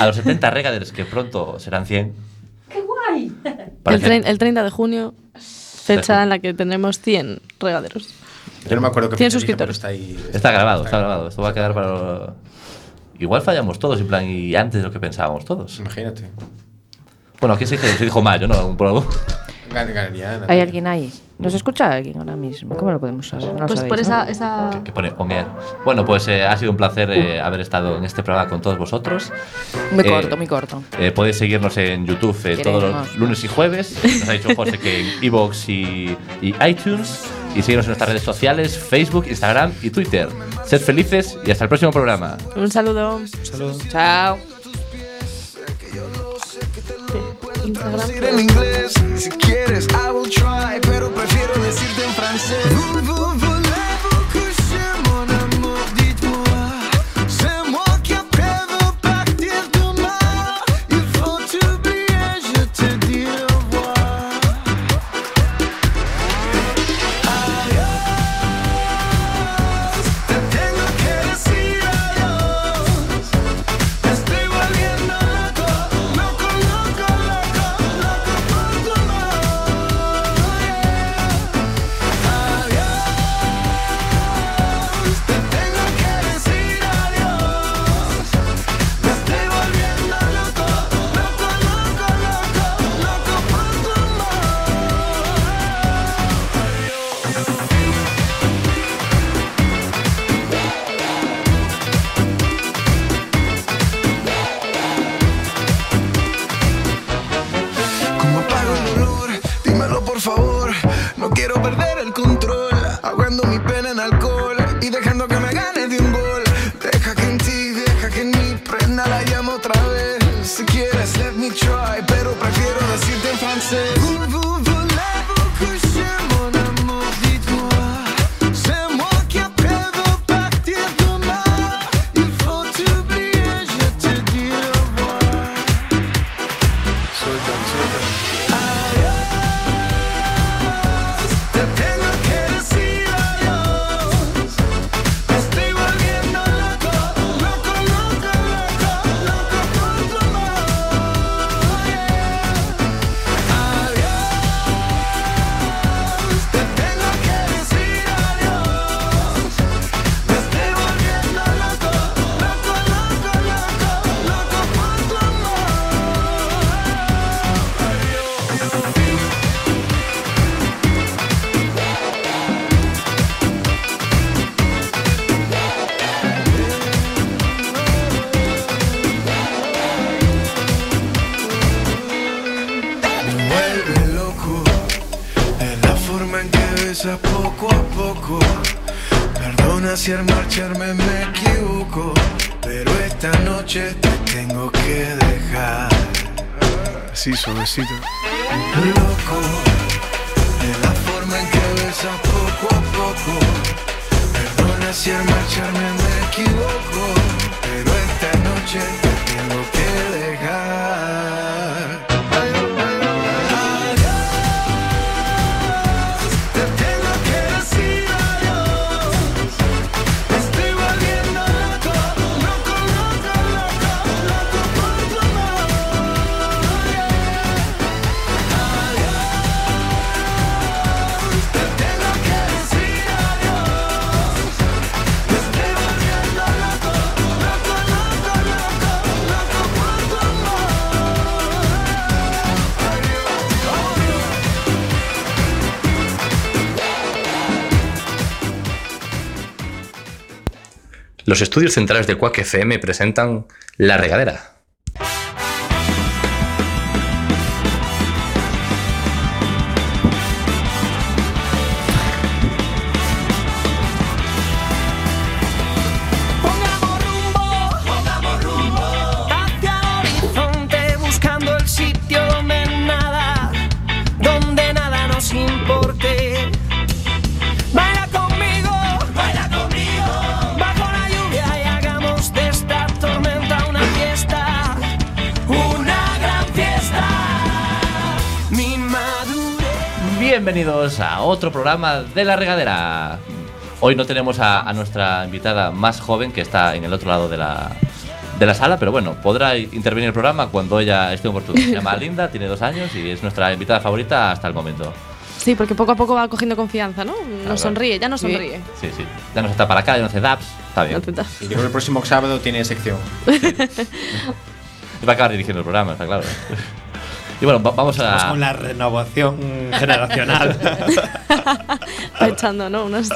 S4: a los 70 regaders que pronto serán 100. ¡Qué guay!
S5: El, trein- el 30 de junio, fecha en la que tendremos 100 regaderos.
S3: Yo no me acuerdo qué
S5: Tiene
S3: fecha dije, pero
S5: suscriptores.
S3: Está, ahí,
S4: Está grabado, está grabado. Esto va a quedar para... Igual fallamos todos, en plan, y antes de lo que pensábamos todos.
S3: Imagínate.
S4: Bueno, aquí se dice, se dijo mayo, ¿no? Por algo.
S3: Gan- Ganaría.
S8: ¿Hay alguien ahí? ¿Nos escucha alguien ahora mismo? ¿Cómo lo podemos saber? No lo
S5: Pues
S8: sabéis,
S5: por
S8: ¿no?
S5: esa. esa...
S4: que pone Omer. Bueno, pues eh, ha sido un placer eh, haber estado en este programa con todos vosotros.
S8: Muy
S4: Eh,
S8: corto, muy corto.
S4: Eh, podéis seguirnos en YouTube eh, todos los
S8: Queremos.
S4: lunes y jueves. Nos ha dicho José que en Evox y, y iTunes. Y seguirnos en nuestras redes sociales, Facebook, Instagram y Twitter. Sed felices y hasta el próximo programa.
S5: Un saludo.
S8: Chao.
S10: decir en inglés Si quieres, I will try Pero prefiero decirte en francés Vous, vous, voulez-vous coucher, mon amour Dites-moi C'est moi qui après veux partir demain Il faut t'oublier, je te dis au revoir Adiós Te tengo que decir adiós me estoy volviendo loco, loco, loco, loco, loco por tu amor. Adiós, mañana si al marcharme me equivoco, pero esta noche te tengo que dejar. Así suavecito. Loco, de la forma en que besas poco a poco. Perdona si al marcharme me equivoco, pero esta noche te tengo que dejar. Te tengo que decir adiós Estoy volviendo loco Loco, loco, loco Loco por tu amor Te tengo que decir adiós Estoy volviendo loco Loco, loco, loco Loco por tu amor
S11: Los estudios centrales de Quack FM presentan La Regadera.
S2: Pongamos rumbo hacia horizonte, buscando el sitio donde nada, donde nada nos importe. Baila conmigo, baila conmigo, bajo la lluvia y hagamos de esta tormenta una fiesta, una gran fiesta. Mi madurez.
S4: Bienvenidos a otro programa de La Regadera. Hoy no tenemos a, a nuestra invitada más joven que está en el otro lado de la, de la sala, pero bueno, podrá intervenir el programa cuando ella esté oportuna. Se llama Linda, tiene dos años y es nuestra invitada favorita hasta el momento.
S5: Sí, porque poco a poco va cogiendo confianza, ¿no?
S4: Claro.
S5: Nos sonríe, ya no sonríe.
S4: Ah, Sí, sí. Ya nos está para acá, ya nos hace daps. Está bien.
S3: Y yo creo que el próximo sábado tiene sección.
S4: Va a acabar dirigiendo el programa, está claro. Y bueno, va- vamos
S6: Vamos
S4: a.
S6: con la renovación generacional.
S5: Va echando, ¿no? Unos-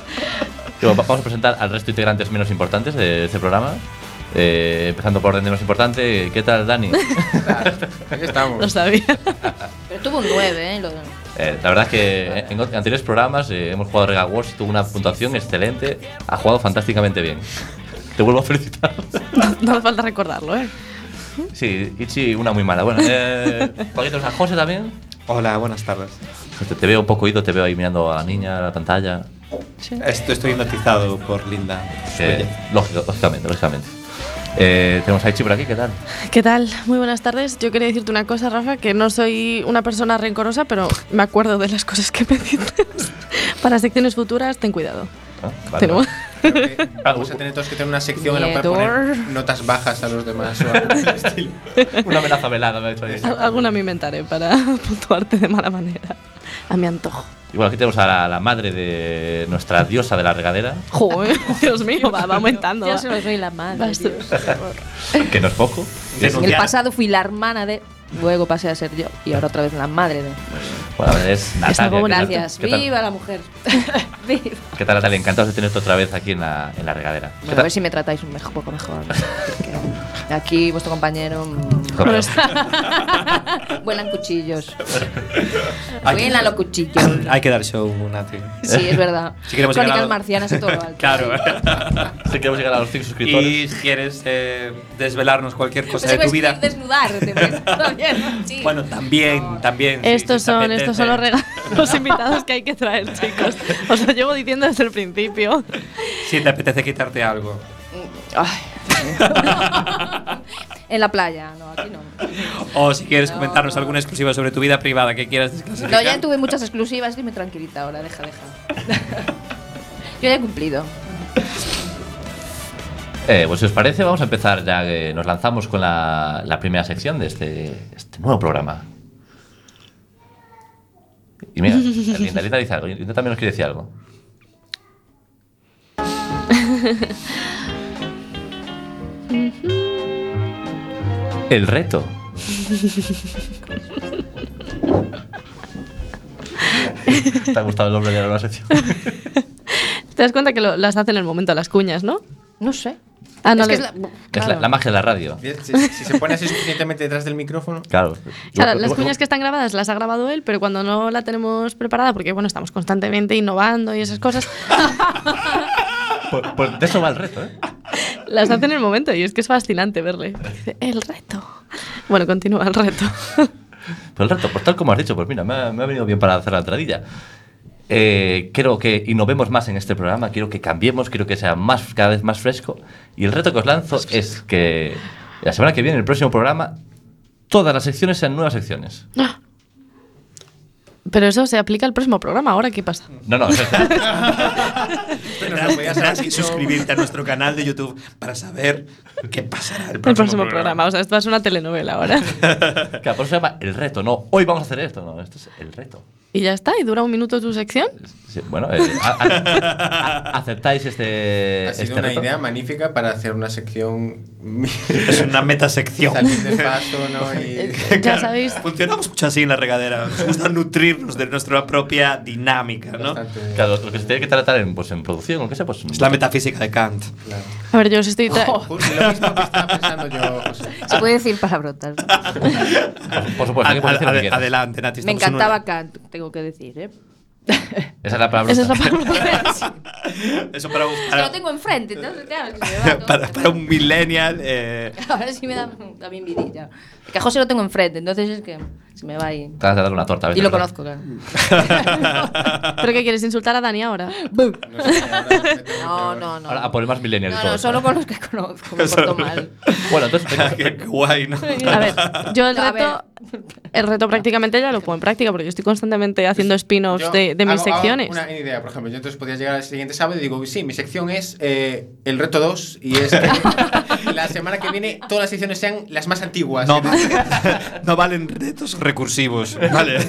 S4: Y bueno, va- Vamos a presentar al resto de integrantes menos importantes de este programa. Eh, empezando por orden de menos importante, ¿qué tal, Dani?
S3: Aquí estamos.
S5: Lo sabía.
S8: Pero tuvo un 9, ¿eh? Lo-
S4: Eh, la verdad es que en ot- anteriores programas eh, hemos jugado Rega Wars, tuvo una puntuación excelente, ha jugado fantásticamente bien. Te vuelvo a felicitar.
S5: No, no hace falta recordarlo, ¿eh?
S4: Sí, Ichi, una muy mala. Bueno, eh, Paquitos, a José también. Ah,
S6: Hola, buenas tardes.
S4: Te, te veo un poco ido, te veo ahí mirando a la niña, a la pantalla.
S6: Estoy, estoy hipnotizado por Linda. Su
S4: Eh,
S6: belleza.
S4: lógico, lógicamente, lógicamente. Eh, tenemos a Ichi por aquí, ¿qué tal?
S5: ¿Qué tal? Muy buenas tardes. Yo quería decirte una cosa, Rafa, que no soy una persona rencorosa, pero me acuerdo de las cosas que me dices. Para secciones futuras, ten cuidado.
S4: Ah, vale,
S5: Tenemos-
S3: Creo que
S4: Ah,
S3: Vamos a tener todos que tener una sección en la cual poner
S5: Miedor.
S3: notas bajas a los demás. o algo por el estilo.
S4: vale. Una amenaza velada, me ha hecho ahí.
S5: Al- Alguna me inventaré para puntuarte de mala manera. A mi antojo.
S4: Y bueno, aquí tenemos a la, la madre de nuestra diosa de la regadera,
S5: Joder, Dios mío, va, va aumentando.
S8: Yo
S5: va.
S8: se los doy la madre.
S5: Vas tú.
S8: Dios.
S4: que no es poco.
S8: En el
S6: Denunciar.
S8: pasado fui la hermana de. Luego pasé a ser yo. Y ahora otra vez la madre de.
S4: Bueno, es Natalia. ¿qué tal?
S8: Gracias.
S4: ¿Qué tal?
S8: Viva la mujer. Viva.
S4: ¿Qué tal, Natalia? Encantados de tenerte otra vez aquí en la, en la regadera. ¿Qué
S8: Bueno, pues- a
S4: tal?
S8: ver si me tratáis un mejo- poco mejor. porque Aquí vuestro compañero. mm,
S4: Joder.
S8: Vuelan cuchillos.
S6: Hay que-
S8: Vuelan los cuchillos.
S6: Hay que dar show, Nati.
S8: Sí, es verdad.
S6: Si queremos
S8: Crónicas
S6: llegar a-
S8: marcianas a todo lo alto.
S6: Claro.
S4: Si queremos llegar a los 100 suscriptores.
S6: y si quieres eh, desvelarnos cualquier cosa
S8: Pensé
S6: de
S8: Pues que
S6: tu
S8: iba a
S6: vida.
S8: decir desnudarte, porque eso también, ¿no? Sí.
S6: Bueno, también, también. sí, este.
S5: Estos
S6: si te
S5: son, estos son los
S6: apetece.
S5: regalos, los invitados que hay que traer, chicos. Os lo llevo diciendo desde el principio.
S6: Si te apetece quitarte algo.
S8: Mm, Ay. en la playa, no, aquí no.
S6: O si quieres
S8: No.
S6: comentarnos alguna exclusiva sobre tu vida privada que quieras
S8: No,
S6: desclasificar.
S8: ya tuve muchas exclusivas, dime tranquilita ahora, deja, deja. Yo ya he cumplido.
S4: Eh, pues si os parece, vamos a empezar ya que nos lanzamos con la, la primera sección de este, este nuevo programa. Y mira, Linda, Linda dice algo. Linda también nos quiere decir algo. El reto. ¿Te ha gustado el nombre de la nueva sección?
S5: Te das cuenta que lo- las hacen en el momento las cuñas, ¿no?
S8: No sé.
S5: Ah, no
S8: es que
S5: le-
S8: es la-
S4: Es
S8: claro.
S4: la, la magia de la radio.
S3: Si, si se pone así suficientemente detrás del micrófono.
S4: Claro.
S5: Claro, las cuñas que están grabadas las ha grabado él, pero cuando no la tenemos preparada, porque bueno, estamos constantemente innovando y esas cosas,
S4: Por- por- de eso va el reto, ¿eh?
S5: Las hace en el momento y es que es fascinante verle. Dice, el reto. Bueno, continúa el reto.
S4: Por el reto, por tal como has dicho, pues mira, me ha, me ha venido bien para hacer la entradilla. Eh, quiero que innovemos más en este programa, quiero que cambiemos, quiero que sea más, cada vez más fresco. Y el reto que os lanzo es que la semana que viene, el próximo programa, todas las secciones sean nuevas secciones.
S5: Pero eso se aplica al próximo programa. ¿Ahora qué pasa?
S4: No, no, es
S6: Tendrás que suscribirte a nuestro canal de YouTube para saber qué pasará el
S5: El
S6: próximo,
S5: próximo programa. O sea, esto es una telenovela ahora.
S4: Claro, por eso se llama el reto, no, hoy vamos a hacer esto, no, esto es el reto.
S5: Y ya está. ¿Y dura un minuto tu sección?
S4: Sí, bueno, eh, a- a- a- aceptáis este.
S3: Ha sido
S4: este
S3: una
S4: reto?
S3: idea magnífica para hacer una sección.
S6: Es una metasección.
S3: Salir de paso, ¿no? Y...
S5: Eh, Ya sabéis.
S6: Funcionamos mucho así en la regadera. Nos gusta nutrirnos de nuestra propia dinámica, ¿no?
S4: Claro, lo que se tiene que tratar en, pues, en producción, o que sea, pues.
S6: Es la metafísica de Kant.
S5: A ver, yo os estoy. tra-
S8: Se puede decir palabrotas. ¿no?
S4: Por supuesto, que puedes decir lo que
S6: Ade-
S4: quieras.
S6: adelante, Nati.
S8: Me
S6: estamos en una-
S8: encantaba Kant, tengo que decir, ¿eh?
S4: Esa es la palabra.
S8: Esa es la palabra.
S6: Eso para un,
S8: Es que lo
S6: para,
S8: tengo enfrente, entonces, claro, es que me va todo.
S6: para- para un millennial. eh,
S8: Ahora sí me da también vidilla. Es Que a José lo tengo enfrente, entonces es que se me va ahí.
S4: Te vas a dar una torta. a veces,
S8: Y lo
S4: ¿verdad?
S8: conozco, claro.
S5: ¿Pero qué quieres insultar a Dani ahora?
S8: No, no, no.
S4: Ahora, a por el más millennial. de
S8: No, no,
S4: todos.
S8: solo con los que conozco, me porto mal.
S4: Bueno, entonces. eh, venga,
S6: qué guay, ¿no?
S5: A ver, yo el
S8: No, a
S5: reto, el reto prácticamente ya lo pongo en práctica porque yo estoy constantemente haciendo spin-offs
S3: Yo
S5: de, de mis
S3: hago- hago
S5: secciones.
S3: Una idea, por ejemplo. Yo entonces podría llegar al siguiente sábado y digo, sí, mi sección es eh, el reto 2 y es que la semana que viene todas las secciones sean las más antiguas.
S6: No, no valen retos recursivos. Vale.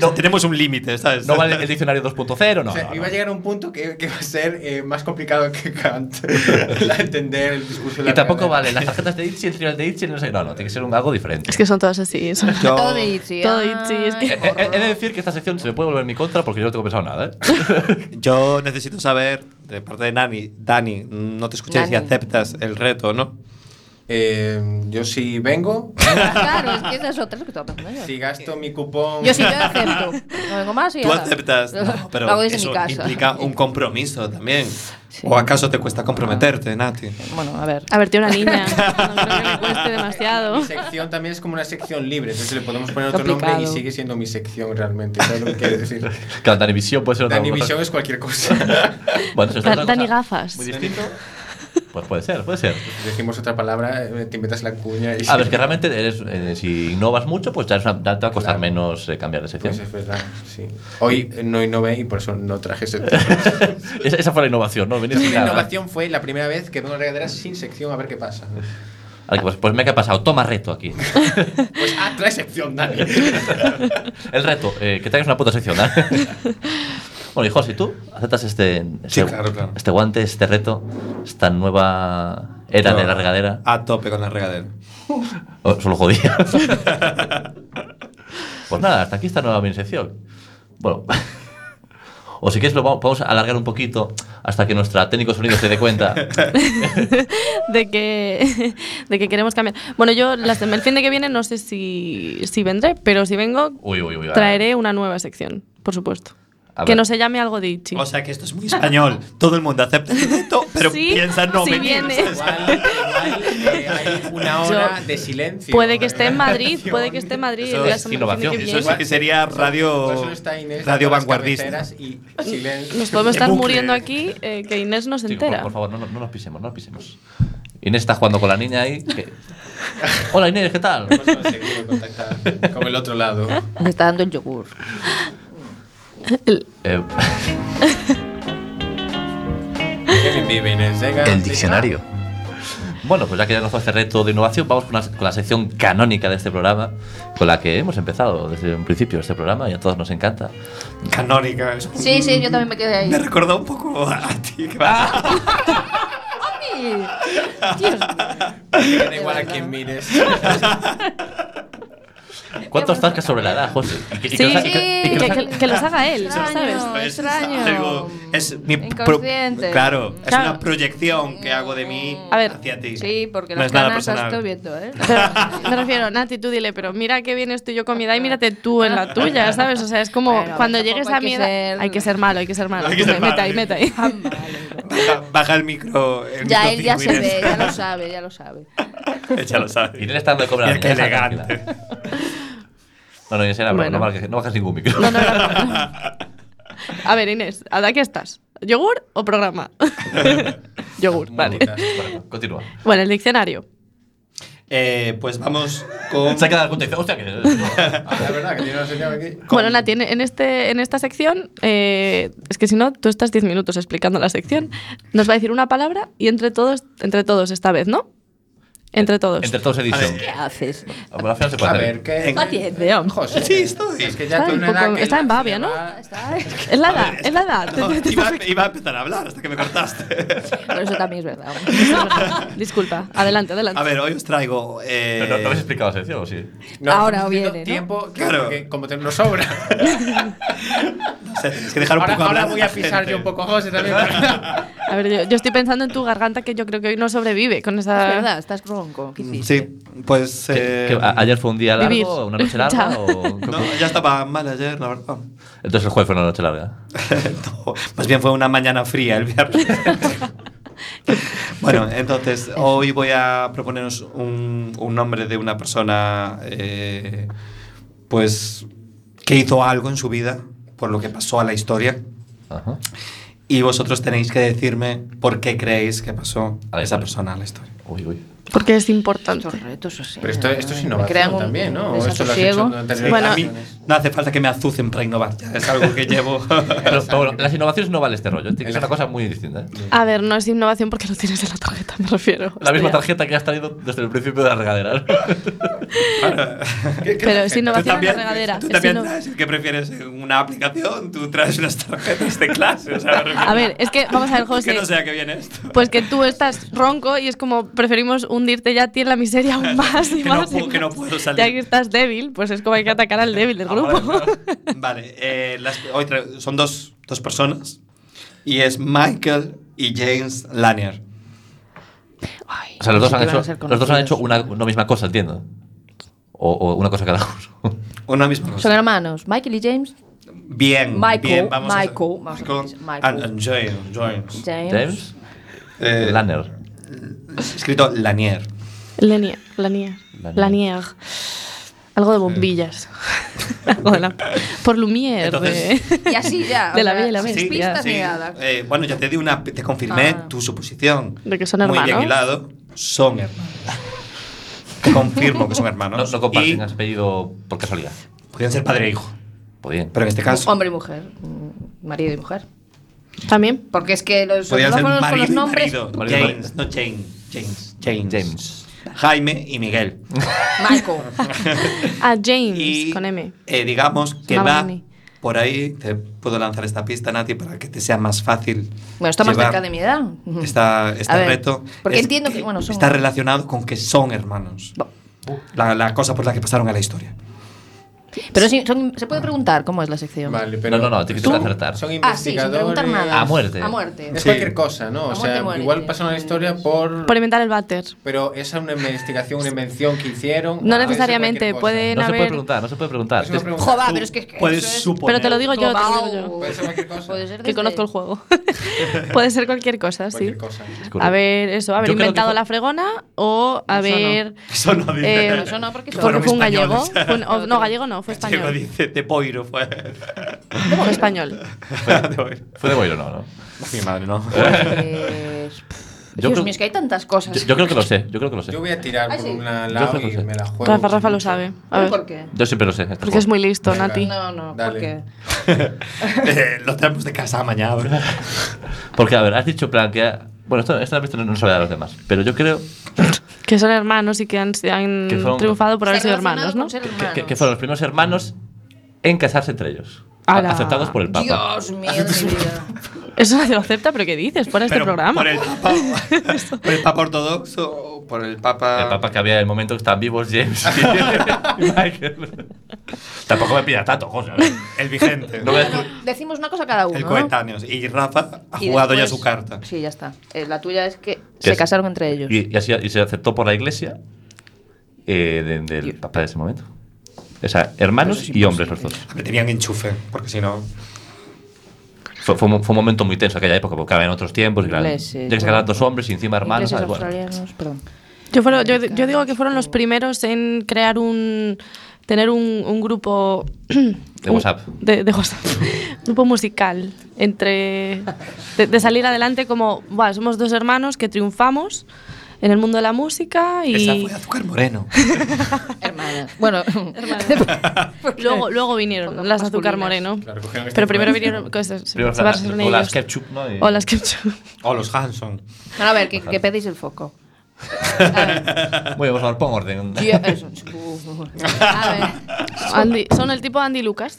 S6: No, tenemos un límite, ¿sabes?
S4: No vale el diccionario 2.0, no.
S3: O sea,
S4: no,
S3: iba
S4: no.
S3: a llegar a un punto que, que va a ser eh, más complicado que Kant la entender el discurso. de la
S4: Y tampoco
S3: realidad.
S4: vale las tarjetas de Itchy, el final de Itchy, no sé. No, no, tiene que ser un, algo diferente.
S5: Es que son todas así. son-
S6: Yo-
S8: Todo de ah, Itzy.
S5: Todo
S8: ay,
S5: Itzy, es
S4: He,
S5: que-
S4: he- eh, he de decir que esta sección se me puede volver en mi contra porque yo no tengo pensado nada. ¿eh?
S6: Yo necesito saber, de parte de Nani, Dani, no te escuché si
S8: Nani.
S6: aceptas el reto, ¿no?
S3: Eh, yo si vengo,
S8: Claro, es que esas otras que tú aprendes. ¿no?
S3: si gasto mi cupón.
S8: Yo sí, yo acepto. No vengo más y ya
S6: Tú
S8: está.
S6: aceptas,
S8: Lo-
S6: no,
S8: lo hago
S6: pero
S8: desde
S6: eso
S8: mi casa.
S6: implica un compromiso también.
S8: Sí.
S6: ¿O acaso te cuesta comprometerte, Nati?
S8: Bueno, a ver.
S5: A ver, tiene una niña. No creo que le cueste demasiado.
S3: Mi sección también es como una sección libre, entonces le podemos poner otro nombre y
S8: Complicado.
S3: sigue siendo mi sección realmente. ¿Sabes lo que quiero decir?
S4: Claro, Dani Visión puede ser otra
S3: Dani
S4: cosa.
S3: Visión es cualquier cosa.
S4: Bueno, eso es
S5: Da-
S4: otra cosa
S5: Dani Gafas.
S4: Muy distinto. Pues puede ser, puede ser.
S3: Decimos otra palabra, eh, te inventas la cuña y.
S4: A ver, que realmente eres, eh, si innovas mucho, pues ya, es una- ya te va a costar
S3: Claro.
S4: menos eh, cambiar de sección.
S3: Pues es verdad, sí. Hoy eh, no innové y por eso no traje ese tema.
S4: Esa, esa fue la innovación, ¿no? Venir sin
S3: La
S4: nada.
S3: innovación fue la primera vez que veo una regadera sin sección a ver qué pasa.
S4: Ahora que, Pues, pues me ha pasado, toma reto aquí.
S3: Pues, ah, trae sección, Dani.
S4: El reto, eh, que traigas una puta sección. ¿eh? bueno, y José, ¿tú aceptas este, este,
S6: claro, claro.
S4: este guante, este reto, esta nueva era de la regadera?
S6: A tope con la regadera.
S4: Oh, solo jodía. pues nada, hasta aquí esta nueva mini sección. Bueno. O si quieres lo vamos, podemos alargar un poquito hasta que nuestra técnico de sonido se dé cuenta.
S5: de que, de que queremos cambiar. Bueno, yo las- el fin de que viene no sé si, si vendré, pero si vengo,
S4: Uy, uy, uy.
S5: traeré una nueva sección, por supuesto.
S4: A
S5: Que
S4: ver.
S5: no se llame algo de Itchy.
S6: O sea que esto es muy español. Todo el mundo acepta el reto, pero
S5: Sí,
S6: piensa no
S5: sí
S6: venir,
S5: viene.
S6: ¿sabes?
S3: Igual, igual, eh, hay una hora de silencio.
S5: Puede que esté en Madrid, puede que esté en Madrid.
S4: Eso
S5: la
S4: es
S5: semana-
S4: innovación,
S5: el fin de
S6: Eso
S5: que
S6: sí
S5: viene.
S6: que sería
S3: Por
S6: radio,
S3: eso Pues está Inés dando
S6: radio
S3: las
S6: vanguardista.
S3: cabeceras Y silencio.
S5: Nos podemos
S6: El
S5: estar
S6: bucle.
S5: muriendo aquí, eh, que Inés nos
S4: Chicos,
S5: entera.
S4: por, por favor, no, no- no nos pisemos, no nos pisemos. Inés está jugando con la niña ahí. que- Hola Inés, ¿qué tal?
S3: Vamos a seguir contactando con el otro lado.
S8: Me está dando el yogur.
S4: Eh,
S3: Kevin ¿eh? vive, Inés. Llega,
S11: El
S3: dice,
S11: diccionario.
S4: bueno, pues ya que ya lanzado este reto de innovación, vamos con la, con la sección canónica de este programa, con la que hemos empezado desde un principio este programa y a todos nos encanta.
S6: Canónica. es-
S8: Sí, sí, yo también me quedé ahí.
S6: Me recordó un poco a ti. que va-
S3: "Ah, que da igual a quien mires.
S4: ¿Cuántos zascas sobre la edad, José? Y que- y que nos ha- y que- y que nos ha-
S5: que, que- que los haga él, ¿sabes?
S8: Extraño.
S6: Pues Es
S8: extraño.
S6: algo- Es mi pro-
S8: Inconsciente.
S6: Claro, es
S5: Claro.
S6: una proyección que hago de mí
S5: A ver.
S6: hacia ti.
S8: Sí, porque
S6: No
S8: las
S6: es nada
S8: canas las
S6: personal.
S8: estoy viendo, ¿eh?
S5: Pero, me refiero, Nati, tú dile, pero mira qué bien estoy yo con mi edad y mírate tú en la tuya, ¿sabes? O sea, es como
S8: Bueno,
S5: cuando
S8: tampoco
S5: llegues a
S8: hay que
S5: mi edad.
S8: ser-
S5: Hay que ser malo, hay que ser malo.
S6: Hay que ser
S5: Meta ahí,
S6: malo.
S5: meta ahí.
S8: Tan malo.
S6: Baja, baja el micro. el
S8: Ya él ya se
S6: microcinco y
S8: ve,
S6: eres-
S8: ya lo sabe, ya lo sabe.
S6: ya lo sabe.
S4: Y él está dando de cobrar.
S6: Mira qué
S4: Déjala
S6: elegante.
S4: No, no, en serio,
S5: Bueno.
S4: no, bajes, no bajes ningún micro.
S5: A ver, Inés, ¿a de qué estás? ¿Yogur o programa? Yogur, vale.
S4: Bueno, continúa.
S5: Bueno, el diccionario.
S6: Eh, pues vamos con.
S4: Se ha quedado junto y dice, hostia, que.
S3: Ah, La verdad, que tiene una sección aquí.
S5: Bueno, la tiene en, este, en esta sección, eh, es que si no, tú estás 10 minutos explicando la sección, nos va a decir una palabra y entre todos, entre todos esta vez, ¿no? Entre todos.
S4: Entre todos edición.
S8: ¿Qué haces?
S4: Al final se puede
S3: A
S4: hacer.
S3: ver, ¿qué?
S8: Paciente.
S3: José.
S6: Sí, estoy.
S3: Es que ya
S5: Está,
S3: con
S5: un
S3: una
S5: poco-
S3: edad que
S5: está
S3: la-
S5: en Babia, ¿no?
S8: Ah, Está-
S5: Es la
S8: Ah,
S5: edad, es la edad.
S6: No,
S5: Te- te- te-
S6: iba, a- iba a empezar a hablar hasta que me cortaste.
S8: Pero eso también es verdad.
S5: Disculpa, adelante, adelante.
S6: A ver, hoy os traigo. eh,
S4: Pero no, no habéis explicado la sección, ¿o sí?
S3: No,
S8: Ahora
S3: estamos haciendo
S8: viene, ¿no?
S3: tiempo que,
S6: Claro.
S3: que como te- nos sobra.
S6: o sea, tenéis que dejar un
S3: ahora
S6: poco
S3: ahora
S6: hablar
S3: voy a
S6: la
S3: pisar
S6: gente.
S3: yo un poco a José también. porque-
S5: A ver, yo, yo estoy pensando en tu garganta que yo creo que hoy no sobrevive con
S8: Es
S5: esa...
S8: verdad, estás bronco. ¿Qué hiciste?
S6: Sí, pues. eh,
S4: ¿Que- que a- ¿Ayer fue un día largo?
S5: Vivir.
S4: ¿Una noche larga?
S5: Chao.
S4: O...
S6: No, ya estaba mal ayer, la verdad.
S4: Entonces el jueves fue una noche larga.
S6: No, más bien fue una mañana fría el viernes. bueno, entonces hoy voy a proponeros un, un nombre de una persona eh, pues que hizo algo en su vida por lo que pasó a la historia
S4: Ajá.
S6: y vosotros tenéis que decirme por qué creéis que pasó
S4: A la
S6: esa
S4: historia.
S6: persona a la historia.
S4: Uy, uy.
S5: Porque es importante.
S8: Estos retos así.
S3: Pero esto, esto es
S8: me
S3: innovación
S8: crean un
S3: también, ¿no? O Esto lo has hecho
S8: desasosiego.
S3: durante
S6: Sí,
S5: Bueno.
S6: a mí no hace falta que me azucen para innovar, ya es algo que llevo.
S4: Pero, pero bueno, las innovaciones no vale este rollo. Tiene que ser una cosa muy distinta. ¿eh?
S5: A ver, no es innovación porque lo tienes en la tarjeta, me refiero.
S4: La misma
S5: Hostia.
S4: tarjeta que has traído desde el principio de la regadera.
S3: ¿Qué- qué
S5: Pero
S3: tarjeta?
S5: es innovación en la
S6: también-
S5: regadera.
S6: Tú
S5: es
S6: también
S5: inno-
S6: traes el que prefieres una aplicación, tú traes unas tarjetas de clase. O sea, me refiero-
S5: A ver, es que, vamos a ver, José.
S6: que no sea que viene esto.
S5: Pues que tú estás ronco y es como preferimos hundirte ya a ti en la miseria aún más y
S6: Que no
S5: más. y
S6: puedo- que no
S5: más.
S6: puedo salir. Ah,
S5: Ya que estás débil, pues es como hay que atacar al débil del grupo.
S6: Vale, eh, las- hoy tra- son dos, dos personas y es Michael y James Lanier.
S4: O sea, los dos,
S8: Sí que
S4: han
S8: van a
S4: hecho,
S8: ser
S4: los dos han hecho una,
S8: conocidos.
S4: una misma cosa, entiendo. O, o una cosa cada uno.
S6: Una misma
S8: Son
S6: cosa.
S8: hermanos, Michael y James.
S6: Bien,
S8: Michael,
S6: bien, vamos a-
S8: Michael, vamos a decir, Michael.
S6: and- and James, James.
S8: James.
S4: James
S6: Eh,
S4: Lanner.
S6: Escrito Lanier.
S5: Lanier, Lanier,
S4: Lanier.
S5: Lanier. Algo de bombillas. Algo de la... Por Lumière. eh.
S6: Entonces-
S5: de-
S7: Y así ya. o
S5: De la
S7: sea,
S5: Bella y la
S7: sin
S5: Bestia.
S7: pistas
S5: Sí.
S7: ni nada.
S6: Eh, bueno, ya te di una, te confirmé
S8: Ah.
S6: tu suposición.
S5: De que son
S6: Muy bien
S5: hermanos.
S6: hilado, son hermanos. Confirmo que son
S4: No,
S6: hermanos.
S4: no comparten
S6: Y
S4: has pedido por casualidad.
S6: podrían ser padre e hijo,
S4: Pues bien.
S6: pero en este caso
S8: Hombre y mujer. mm, Marido y mujer.
S5: También.
S7: Porque es que los
S6: podrían ser
S7: homófobos con
S6: marido
S7: los
S6: y
S7: nombres.
S6: marido.
S4: Marido y
S6: James, no Jane, James, James,
S4: James.
S6: Jaime y Miguel.
S7: Michael.
S5: Ah, James,
S6: Y,
S5: con M.
S6: eh, digamos que
S5: Una
S6: va
S5: Barney.
S6: por ahí. Te puedo lanzar esta pista, Nati, para que te sea más fácil.
S8: Bueno, está más
S6: llevar
S8: cerca de mi edad.
S6: Esta, este
S8: A ver,
S6: reto.
S8: porque
S6: es
S8: entiendo que,
S6: que
S8: bueno, son-
S6: Está relacionado con que son hermanos.
S8: Bo-
S6: La, la cosa por la que pasaron a la historia.
S8: Pero sí, son- se puede preguntar cómo es la sección.
S3: Vale, pero
S4: no, no, no, tienes que
S3: son-
S4: acertar.
S3: Son
S8: Ah, sí, sin
S3: investigadores. Eh,
S8: preguntar nada.
S4: A muerte.
S8: A muerte.
S3: Es
S6: Sí.
S3: cualquier cosa, ¿no?
S8: A
S3: O
S8: muerte
S3: sea,
S8: muere.
S3: igual pasaron la historia por.
S5: Por inventar el váter.
S3: Pero es una investigación, una invención que hicieron.
S5: No
S3: puede ser
S5: necesariamente,
S3: cualquier cosa.
S5: Ven
S4: No
S5: a
S4: se puede
S5: ver.
S4: preguntar, no se puede preguntar.
S3: Es una
S4: Es-
S3: pregunta.
S7: Joba, Ah, pero es que. que
S6: Puedes
S7: eso es-
S6: suponer.
S5: Pero te lo digo yo, te lo digo yo.
S7: Tomao.
S3: Puede ser cualquier cosa.
S7: Puede ser
S5: Que
S7: desde-
S5: conozco el juego. Puede ser cualquier cosa, sí.
S3: Cualquier cosa.
S5: A ver, eso, haber
S4: Yo creo que
S5: inventado
S4: fue-
S5: la fregona o haber.
S6: Eso no dice.
S5: Eh,
S8: Eso no,
S5: porque
S8: porque son-
S6: Fueron
S5: fue un gallego.
S6: españoles.
S5: Fue un- o- no, gallego no, fue
S6: Diego
S5: español.
S6: dice de Poiro fue.
S5: Fue español.
S6: de Boiro.
S4: Fue de Boiro, no, ¿no?
S6: Mi madre, no.
S8: Pues, pff,
S4: Yo
S8: Dios
S4: creo-
S8: mío, es que hay tantas cosas.
S4: Yo, yo creo que lo sé, yo creo que lo sé.
S3: Yo voy a tirar por
S7: sí.
S3: un
S4: Yo
S3: lado
S4: creo que
S3: y
S4: sí.
S3: me la juego.
S5: Rafa, Rafa lo sabe. A
S8: ¿Por
S5: ver.
S8: qué?
S4: Yo siempre lo sé. este
S5: Porque es
S4: juego.
S5: muy listo, Nati.
S8: No, no,
S3: Dale.
S8: porque.
S6: Eh, Los traemos de casa mañana, ¿verdad?
S5: Este
S4: Porque, a ver, has dicho en plan que. Bueno, esto, esto no, no se lo da a los demás. Pero yo creo
S5: Que son hermanos y que han, se han
S4: Que son-
S5: triunfado por haber
S7: Está
S5: sido
S7: relacionado
S5: hermanos, ¿no?
S7: con ser
S4: que,
S7: hermanos.
S4: que- que fueron los primeros hermanos en casarse entre ellos.
S5: Ala.
S4: Aceptados por el Papa.
S7: Dios mío, de mi vida.
S5: Eso nadie lo acepta, pero ¿qué dices? Por este
S6: Pero
S5: programa.
S6: Por el, papa, por el Papa ortodoxo o por el Papa.
S4: El Papa que había en el momento que estaban vivos James y Michael. Tampoco me pida tanto, José. a ver.
S6: El vigente.
S4: No voy a decir-
S8: Bueno, decimos una cosa cada uno.
S6: el
S8: ¿no?
S6: coetáneo. Y Rafa ha
S8: Y
S6: jugado ya
S8: después-
S6: su carta.
S8: Sí, ya está. Eh, La tuya es que
S4: Que
S8: se
S4: es-
S8: casaron entre ellos.
S4: Y, y así y se aceptó por la iglesia eh, de- del Papa de ese momento. O sea, hermanos y hombres los dos.
S6: Me tenían enchufe, porque si no.
S4: Fue, fue un, fue un momento muy tenso aquella época, porque había otros tiempos. Y claro,
S8: Ingleses,
S4: ya que se
S8: todo.
S4: eran dos hombres y encima hermanos.
S8: eh, Ingleses,
S4: ¿sabes? Bueno,
S8: australianos, perdón.
S5: Yo, fueron- yo, yo digo que fueron los primeros en crear un. tener un, un grupo.
S4: de WhatsApp.
S5: De, de WhatsApp. grupo musical. Entre. De, de salir adelante como. "Buah, somos dos hermanos que triunfamos en el mundo de la música y.
S6: Esa fue Azúcar Moreno.
S8: Bueno,
S5: luego, luego vinieron las Azúcar Moreno. Pero primero vinieron. cosas-
S6: Primero
S5: se
S6: las-
S5: basaron
S6: o
S5: en
S6: las
S5: ellos.
S6: Ketchup, ¿no? Y-
S5: O las Ketchup.
S6: O los Hanson.
S8: Bueno, a ver, que, que pedís el foco.
S4: Bueno, por favor, pon orden.
S8: Yo- eso, supongo. uh. A ver.
S5: Andy- son el tipo Andy Lucas.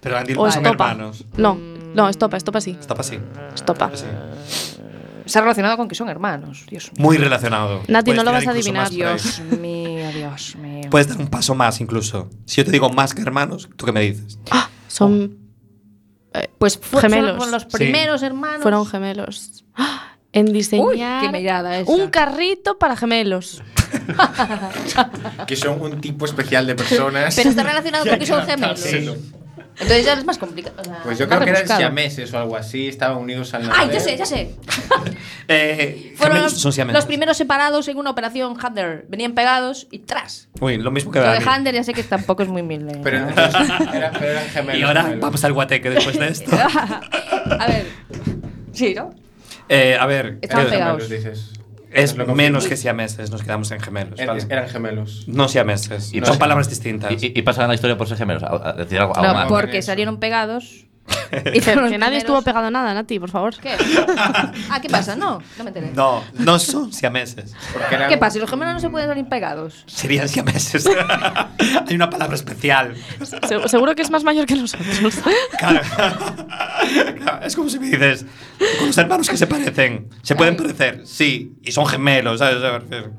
S6: Pero Andy
S5: O
S6: Lucas son
S5: Estopa.
S6: hermanos.
S5: No, no, Estopa, Estopa sí.
S6: Estopa sí.
S5: Estopa.
S8: Se ha relacionado con que son hermanos. Dios mío.
S6: Muy relacionado.
S5: Nati,
S6: Puedes
S5: no lo
S6: tirar
S5: vas a
S6: incluso
S5: adivinar.
S6: más por ahí.
S8: Dios mío, Dios mío.
S4: Pues,
S6: Puedes dar un paso más incluso. Si yo te digo más que hermanos, ¿tú qué me dices?
S5: Ah, Son. eh,
S8: Pues fue-
S5: gemelos.
S8: fueron los
S6: Sí.
S8: primeros hermanos.
S5: Fueron gemelos. ¡Ah! En diseñar.
S8: Uy, qué mirada esa.
S5: Un carrito para gemelos.
S3: Que son un tipo especial de personas.
S8: Pero está relacionado
S3: que
S8: porque son
S3: hay que
S8: gemelos.
S3: adaptárselo.
S8: Entonces ya es más complicado. o sea,
S3: Pues yo creo
S8: más
S3: que eran
S8: rebuscado.
S3: siameses o algo así, estaban unidos al
S8: Ay,
S3: nacer.
S8: ya sé, ya sé.
S6: Eh,
S8: Fueron
S6: gemelos
S8: los,
S6: son siameses.
S8: los primeros separados en una operación Hunter. Venían pegados y tras.
S6: Uy, lo mismo que
S8: Lo de
S6: Dani.
S8: Hunter ya sé que tampoco es muy millennial.
S3: Pero, entonces era- pero eran gemelos.
S6: Y ahora
S3: gemelos.
S6: vamos al guateque después de esto.
S8: a ver. Sí, ¿no?
S6: Eh, a ver,
S8: Estaban
S6: eh,
S8: pegados.
S3: dices.
S6: es
S3: Lo confirmo.
S6: menos que siameses, nos quedamos en gemelos.
S3: Er-
S6: ¿vale?
S3: Eran gemelos.
S6: No siameses.
S4: Y
S6: son
S4: no-
S6: palabras distintas.
S4: Y, y- y pasan a la historia por ser gemelos. A, a decir algo, algo
S8: No,
S4: más.
S8: porque salieron pegados.
S5: Que, que
S8: fueron
S5: nadie
S8: gemelos.
S5: estuvo pegado a nada, Nati, por favor.
S8: ¿Qué? Ah, ¿qué pasa? No, no me enteré.
S6: No, no son siameses.
S3: Porque eran-
S8: ¿Qué pasa? ¿Y los gemelos no se pueden salir pegados?
S6: Serían siameses. Hay una palabra especial.
S5: Se- seguro que es más mayor que nosotros.
S6: Claro. Claro, es como si me dices, con los hermanos que se parecen. Se pueden parecer, sí, y son gemelos, ¿sabes? O sea, me refiero.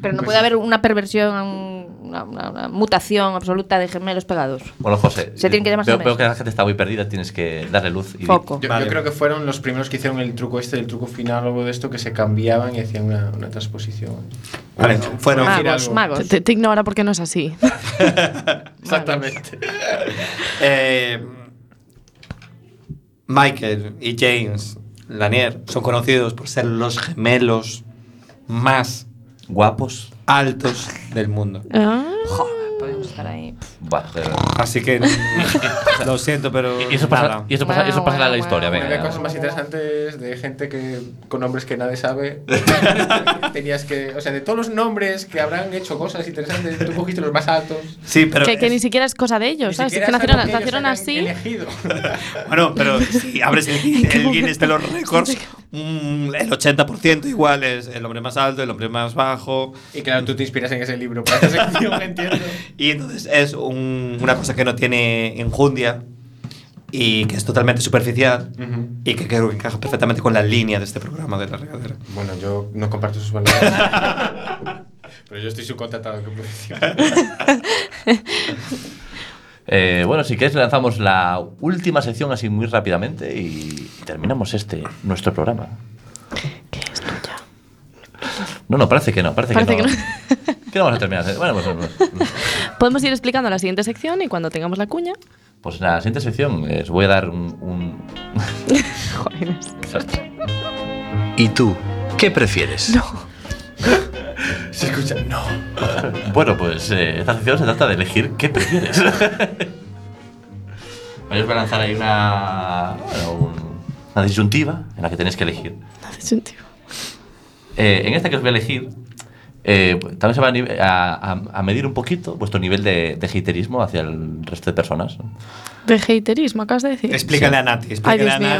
S8: Pero
S3: Pues
S8: no puede haber una perversión, una, una- una mutación absoluta de gemelos pegados.
S4: Bueno, José.
S8: Se tienen que llamar
S4: veo,
S8: gemelos.
S4: veo que la gente está muy perdida, tienes que darle luz. Y
S8: Foco.
S3: Yo, yo
S6: Vale.
S3: creo que fueron los primeros que hicieron el truco este, el truco final o algo de esto, que se cambiaban y hacían una, una transposición.
S6: Vale, fueron.
S5: Ah.
S3: decir
S8: Magos,
S3: algo.
S8: magos.
S5: Te, te ignora porque no es así.
S6: Exactamente. Eh, Michael y James Lanier son conocidos por ser los gemelos más
S4: Guapos.
S6: altos del mundo.
S5: Ah,
S8: Joder, podemos estar ahí.
S4: Buah, joder.
S6: Así que lo siento, pero.
S4: Y eso pasa,
S6: nada.
S4: y eso pasa, eso pasa en la historia,
S3: Bueno, había cosas
S4: venga.
S3: más interesantes de gente que con nombres que nadie sabe. Tenías que, o sea, de todos los nombres que habrán hecho cosas interesantes, tú cogiste los más altos.
S6: Sí, pero.
S5: que, que ni siquiera es cosa de
S3: Ni
S5: ellos, ¿sabes?
S3: siquiera
S5: Que
S3: saben
S5: nacieron,
S3: que ellos
S5: nacieron
S3: hayan
S5: así.
S3: elegido.
S6: Bueno, pero si abres el, el Guinness de los récords, mm, el 80% igual es el hombre más alto, el hombre más bajo.
S3: Y claro, tú te inspiras en ese libro para esta sección, entiendo.
S6: Y entonces es un- una cosa que no tiene enjundia y que es totalmente superficial
S3: Ujú.
S6: y que creo que encaja perfectamente con la línea de este programa de la regadera.
S3: Bueno, yo no comparto sus valores. pero yo estoy subcontratado, que
S4: Eh, bueno, si quieres lanzamos la última sección así muy rápidamente y terminamos este, nuestro programa.
S5: ¿Qué es tuya?
S4: No, no, parece que no, parece,
S5: Parece
S4: que
S5: que
S4: no. Que no vamos a terminar. Bueno, pues, pues, pues,
S5: Podemos ir explicando la siguiente sección y cuando tengamos la cuña.
S4: pues en la siguiente sección eh, os voy a dar un... un-
S5: Joder, es-
S9: ¿Y tú? ¿Qué prefieres?
S3: Se escucha, no.
S4: Bueno, pues eh, esta sección se trata de elegir qué prefieres. Bueno, os voy a lanzar ahí una, bueno, un- una disyuntiva en la que tenéis que elegir.
S5: haces un tío.
S4: Eh, en esta que os voy a elegir, eh, también se va a nive- a, a- a medir un poquito vuestro nivel de, de haterismo hacia el resto de personas. ¿no?
S5: De haterismo, acabas de decir.
S6: Explícale a Nati,
S5: Ay,
S6: explícale
S5: Dios mío,
S6: a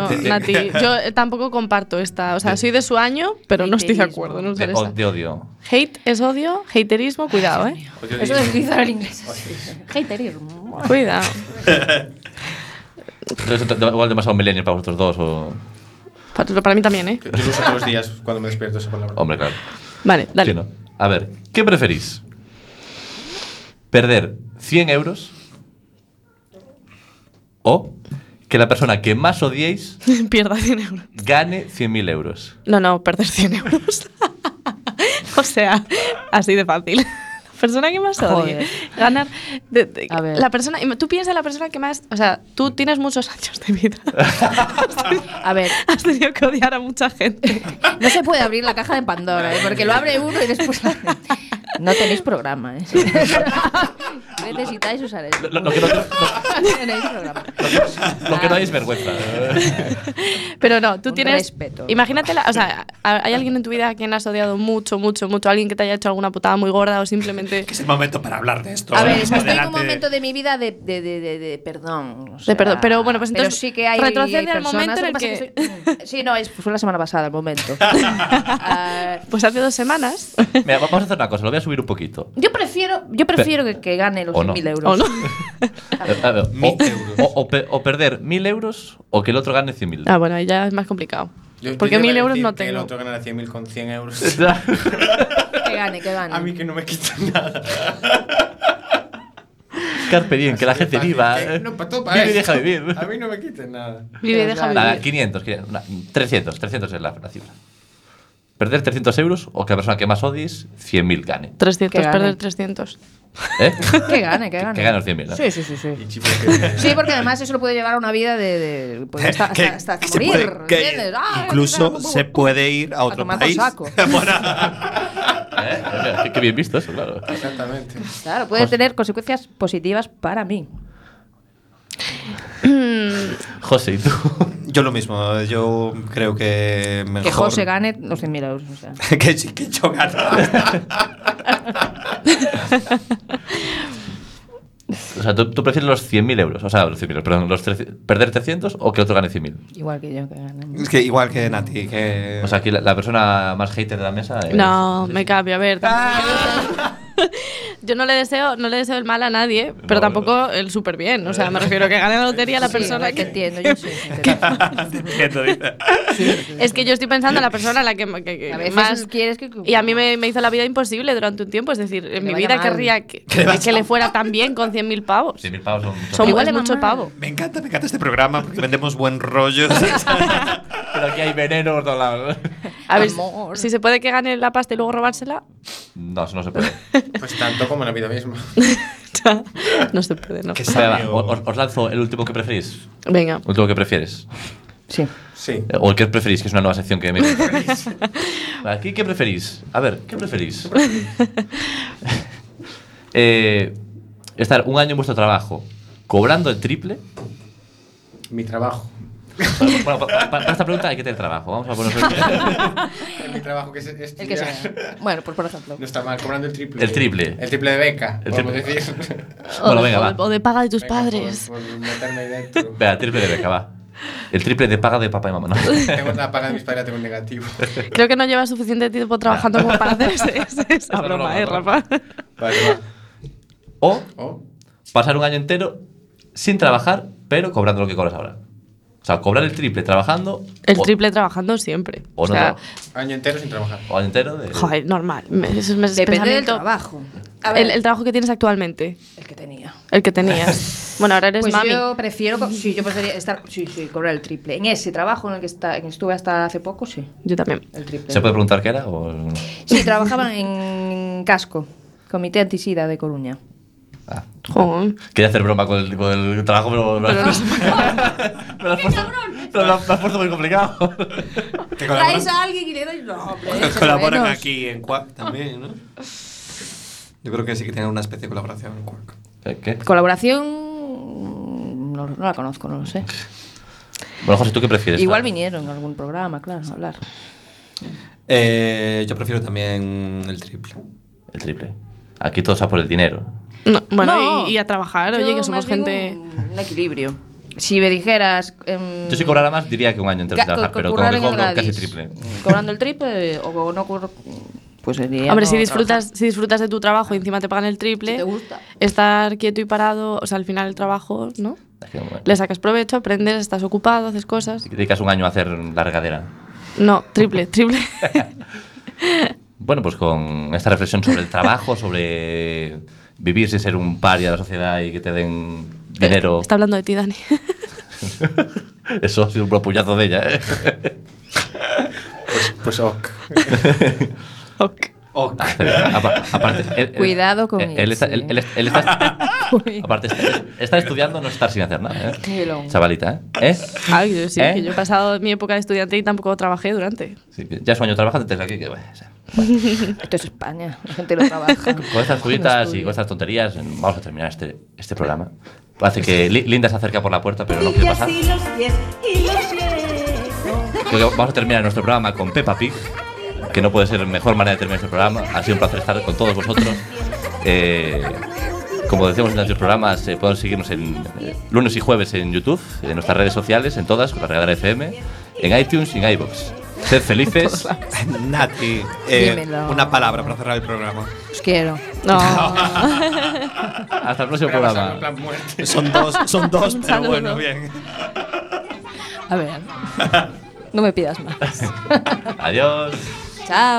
S5: Nati.
S6: Nati.
S5: Yo eh, tampoco comparto esta. O sea, soy de su año, pero no estoy de
S8: Haterismo.
S5: acuerdo. No
S4: De,
S5: usar
S4: o-
S5: esa.
S4: de odio.
S5: Hate es odio, haterismo, cuidado, eh.
S4: Pues
S8: Eso de utilizar el inglés. Haterismo.
S5: Cuidado.
S4: Entonces, te- igual demasiado milenio para vosotros dos. O...
S5: Para, para mí también, eh.
S3: Yo lo uso todos los días cuando me despierto esa palabra.
S4: Hombre, claro.
S5: Vale, dale.
S4: Sí, ¿no? A ver, ¿qué preferís? ¿Perder 100 euros o que la persona que más odiéis
S5: Pierda 100 euros.
S4: gane 100.000 euros?
S5: No, no, perder 100 euros. o sea, así de fácil. persona que más odie.
S8: Joder.
S5: Ganar. de- de-
S8: A ver.
S5: la persona, tú piensas la persona que más. O sea, tú tienes muchos años de vida.
S8: A ver,
S5: Has tenido que odiar a mucha gente.
S8: no se puede abrir la caja de Pandora, ¿eh? porque lo abre uno y después. No tenéis programa, ¿eh? Necesitáis usar eso.
S4: Lo- lo que no-
S8: No tenéis programa.
S4: Lo que no hay es vergüenza.
S5: Pero no, tú
S8: Un
S5: tienes.
S8: respeto.
S5: Imagínate, la- o sea, a- hay alguien en tu vida a quien has odiado mucho, mucho, mucho. Alguien que te haya hecho alguna putada muy gorda o simplemente.
S6: Es el momento para hablar de esto.
S8: A ver,
S6: ¿eh?
S8: estoy en un
S6: Adelante.
S8: momento de mi vida de, de, de, de- de perdón. o
S5: De
S8: sea,
S5: perdón, pero bueno, pues entonces
S8: sí que hay
S5: retrocede al
S8: personas,
S5: momento en
S8: lo
S5: el
S8: pasa es
S5: que-
S8: soy- sí, no, es- fue la semana pasada el momento. Ah,
S5: Pues hace dos semanas.
S4: Mira, vamos a hacer una cosa, lo voy a subir un poquito.
S8: yo prefiero, yo prefiero que, que gane los
S4: O no.
S8: 100.000 euros.
S5: ¿O no?
S4: A ver, o, o- o pe- o perder mil euros o que el otro gane cien mil.
S5: Ah, bueno, ahí ya es más complicado.
S3: Yo- yo
S5: Porque
S3: te
S5: mil
S3: voy a
S5: euros
S3: decir
S5: no
S3: que El
S5: tengo.
S3: otro ganará 100.000 con 100 euros.
S8: Que gane, que gane.
S3: A mí que no me quitan nada.
S4: Carpe diem, que la gente
S3: Fácil,
S4: viva. ¿eh?
S3: que- No, para todo para
S4: Vive y deja
S3: esto.
S4: vivir.
S3: A mí no me quitan nada.
S5: Vive y deja
S4: Nada,
S5: vivir.
S4: 500, 500, una- 300, 300 es la, la cifra. Perder 300 euros o que la persona que más odies, 100.000 gane.
S5: 300,
S8: Que gane.
S5: perder 300.
S4: ¿Eh?
S8: Que gane, que gane.
S4: Que gane los 100.000. ¿no?
S8: Ah, Sí, sí, sí, sí.
S3: Y chico, que-
S8: Sí, porque además eso lo puede llevar a una vida de, de pues hasta,
S6: Que-
S8: hasta, hasta
S6: que se
S8: morir,
S6: puede- que
S8: ¿entiendes? Ah,
S6: incluso se puede ir a otro
S8: tomar por
S6: país.
S8: saco.
S6: Para-
S4: ¿Eh? O sea, qué- Qué bien visto eso, claro.
S3: Exactamente.
S8: Claro, puede tener consecuencias positivas para mí.
S4: José, ¿y tú?
S6: yo lo mismo, yo creo que mejor
S8: Que José gane los 100.000 euros. O sea.
S6: que, sí, que yo gano.
S4: O sea, tú, tú prefieres los 100.000 euros, o sea, los 100.000, perdón, los 300 perder 300 o que el otro gane 100.000.
S8: Igual que yo que gane.
S6: Es que igual que Nati, que
S4: O sea, aquí la, la persona más hater de la mesa es...
S5: No, me cambio, a ver.
S8: Ah.
S5: tampoco- Yo no le deseo, no le deseo el mal a nadie, pero
S4: No,
S5: tampoco el súper bien. O sea, me refiero a que gane la lotería la
S8: Sí,
S5: persona
S8: no, te
S5: que
S8: entiendo, yo sí. sí, te entiendo.
S6: Te entiendo, dice.
S5: Es que yo estoy pensando en la persona a la que, que- que
S8: A veces
S5: más
S8: quieres que-
S5: y a mí me, me hizo la vida imposible durante un tiempo. Es decir, en mi
S8: vaya
S5: vida
S8: mal.
S5: querría que, que, le fuera tan bien con 100.000 pavos.
S4: 100.000 pavos son... son-
S5: Son igual
S8: Igual le va
S5: mucho
S8: mal.
S5: pavo.
S6: Me encanta, me encanta este programa porque vendemos buen rollo.
S4: Pero aquí hay veneno por todos lados.
S5: A ver,
S8: Amor.
S5: si se puede que gane la pasta y luego robársela,
S4: No, eso no se puede.
S3: Pues tanto como en la vida misma.
S5: no se puede, ¿no?
S6: Que
S4: Venga,
S6: sabio.
S4: va, os, os lanzo el último que preferís.
S5: Venga.
S4: Último que prefieres.
S8: Sí.
S3: Sí.
S4: Eh, O el que preferís, que es una nueva sección que me Aquí, ¿qué preferís? A ver, ¿qué preferís? Eh, estar un año en vuestro trabajo cobrando el triple.
S3: Mi trabajo.
S4: Bueno, pa- pa- pa- para esta pregunta hay que tener trabajo. Vamos a poner
S3: Mi trabajo que es
S8: El que sea.
S3: estudiar.
S8: Bueno, pues por ejemplo.
S3: No está mal, cobrando el triple.
S4: El triple.
S3: El triple de beca,
S4: El
S3: podemos
S4: triple.
S3: decir.
S4: Bueno,
S5: o,
S4: venga,
S5: o-
S4: va.
S5: o de paga de tus
S3: Beca
S5: padres.
S3: Por, por meterme ahí dentro.
S4: Venga, triple de beca, va. El triple de paga de papá y mamá. ¿no?
S3: Tengo la paga de mis padres, la tengo en negativo.
S5: Creo que no llevas suficiente tiempo trabajando como para hacer ese- ese- esa
S4: No, no,
S5: broma,
S4: no,
S5: ¿eh,
S4: no.
S5: Rafa?
S3: Vale, va.
S4: O
S3: Oh,
S4: pasar un año entero sin trabajar, pero cobrando lo que cobras ahora. O sea, cobrar el triple trabajando.
S5: El
S4: o-
S5: triple trabajando siempre.
S4: O
S5: O
S4: no
S5: sea,
S3: año entero sin trabajar.
S4: O año entero de.
S5: joder, normal. Me- eso es- me- es
S8: Depende del
S5: pensamiento-
S8: trabajo. A ver,
S5: El, el trabajo que tienes actualmente,
S8: el que tenía.
S5: el que tenías. Bueno, ahora eres
S8: Pues
S5: mami.
S8: yo prefiero, co- sí, yo preferiría estar, sí, sí, cobrar el triple. En ese trabajo en el que, está, en que estuve hasta hace poco, sí,
S5: Yo también.
S8: el triple.
S4: ¿Se puede preguntar qué era? O... no?
S8: Sí, trabajaba en Casco, Comité Antisida de Coruña.
S4: Ah.
S5: Joder.
S4: Quería hacer broma con el, con el trabajo, pero. me lo has- me lo has puesto- pero lo has- lo has puesto muy complicado.
S6: Que
S8: Traes
S6: colaboran,
S8: a alguien y le doy no, hombre, eso
S6: colaboran
S8: menos.
S6: aquí en Quack también, ¿no? Yo creo que sí que tienen una especie de colaboración en Quack.
S4: ¿Qué?
S8: Colaboración, no, no la conozco, no lo sé.
S4: Bueno, José, ¿tú qué prefieres? Ah,
S8: Igual vinieron en algún programa, claro, a hablar.
S6: Eh, yo prefiero también el triple.
S4: El triple. Aquí todo sea por el dinero.
S5: No, bueno,
S8: No.
S5: y, y a trabajar,
S8: Yo
S5: oye, que
S8: más
S5: somos
S8: bien
S5: gente.
S8: Un, un equilibrio. Si me dijeras. em,
S4: Yo si cobrara más diría que un año entero
S8: ca-
S4: sin trabajar,
S8: co-
S4: pero como
S8: currar
S4: que
S8: en el
S4: cobro casi
S8: Gladys.
S4: triple.
S8: Cobrando el triple o, o no cobro. Pues sería.
S5: Hombre,
S8: no
S5: si disfrutas,
S8: trabajar.
S5: si disfrutas de tu trabajo y encima te pagan el triple,
S8: Si te gusta.
S5: estar quieto y parado, o sea, al final el trabajo, ¿no?
S4: Es que, bueno,
S5: Le sacas provecho, aprendes, estás ocupado, haces cosas.
S4: Dedicas un año a hacer la regadera.
S5: No, triple, triple.
S4: Bueno, pues con esta reflexión sobre el trabajo, sobre vivir sin ser un paria de la sociedad y que te den
S8: Eh,
S4: dinero.
S5: Está hablando de ti, Dani.
S4: Eso ha sido un propuñazo de ella, ¿eh?
S3: Pues ok.
S5: Ok.
S4: Apa- Aparte, él- él-
S8: Cuidado con
S4: él, él está,
S5: ¿eh?
S4: él, él- él está- aparte, está- estar estudiando no estar sin hacer nada. ¿eh?
S5: Qué loco.
S4: Chavalita, ¿eh? ¿Eh?
S5: Ay, yo, sí,
S4: ¿Eh?
S5: que yo he pasado mi época de estudiante y tampoco trabajé durante.
S4: Sí, que ya es un año trabajando, te aquí que bueno, o sea,
S8: Esto es España, la gente lo trabaja.
S4: con estas juguitas y con estas tonterías vamos a terminar este, este programa. Parece que Li- Linda se acerca por la puerta, pero no quiere pasar.
S2: y los pies y los pies.
S4: Creo que vamos a terminar nuestro programa con Peppa Pig, que no puede ser mejor manera de terminar este programa. Ha sido un placer estar con todos vosotros. Eh, como decíamos en anteriores programas, eh, pueden seguirnos en eh, lunes y jueves en YouTube, en nuestras redes sociales, en todas, con la regadera FM, en iTunes y en iBox. Sed felices.
S6: Nati, eh,
S8: Dímelo.
S6: una palabra para cerrar el programa.
S8: Os quiero.
S5: No.
S4: Hasta el próximo
S6: Pero, o sea,
S4: programa.
S6: en plan muerte. Son dos, son dos,
S8: Un
S6: pero
S8: saludo.
S6: bueno, bien.
S8: A ver, no me pidas más.
S4: Adiós.
S8: Chao.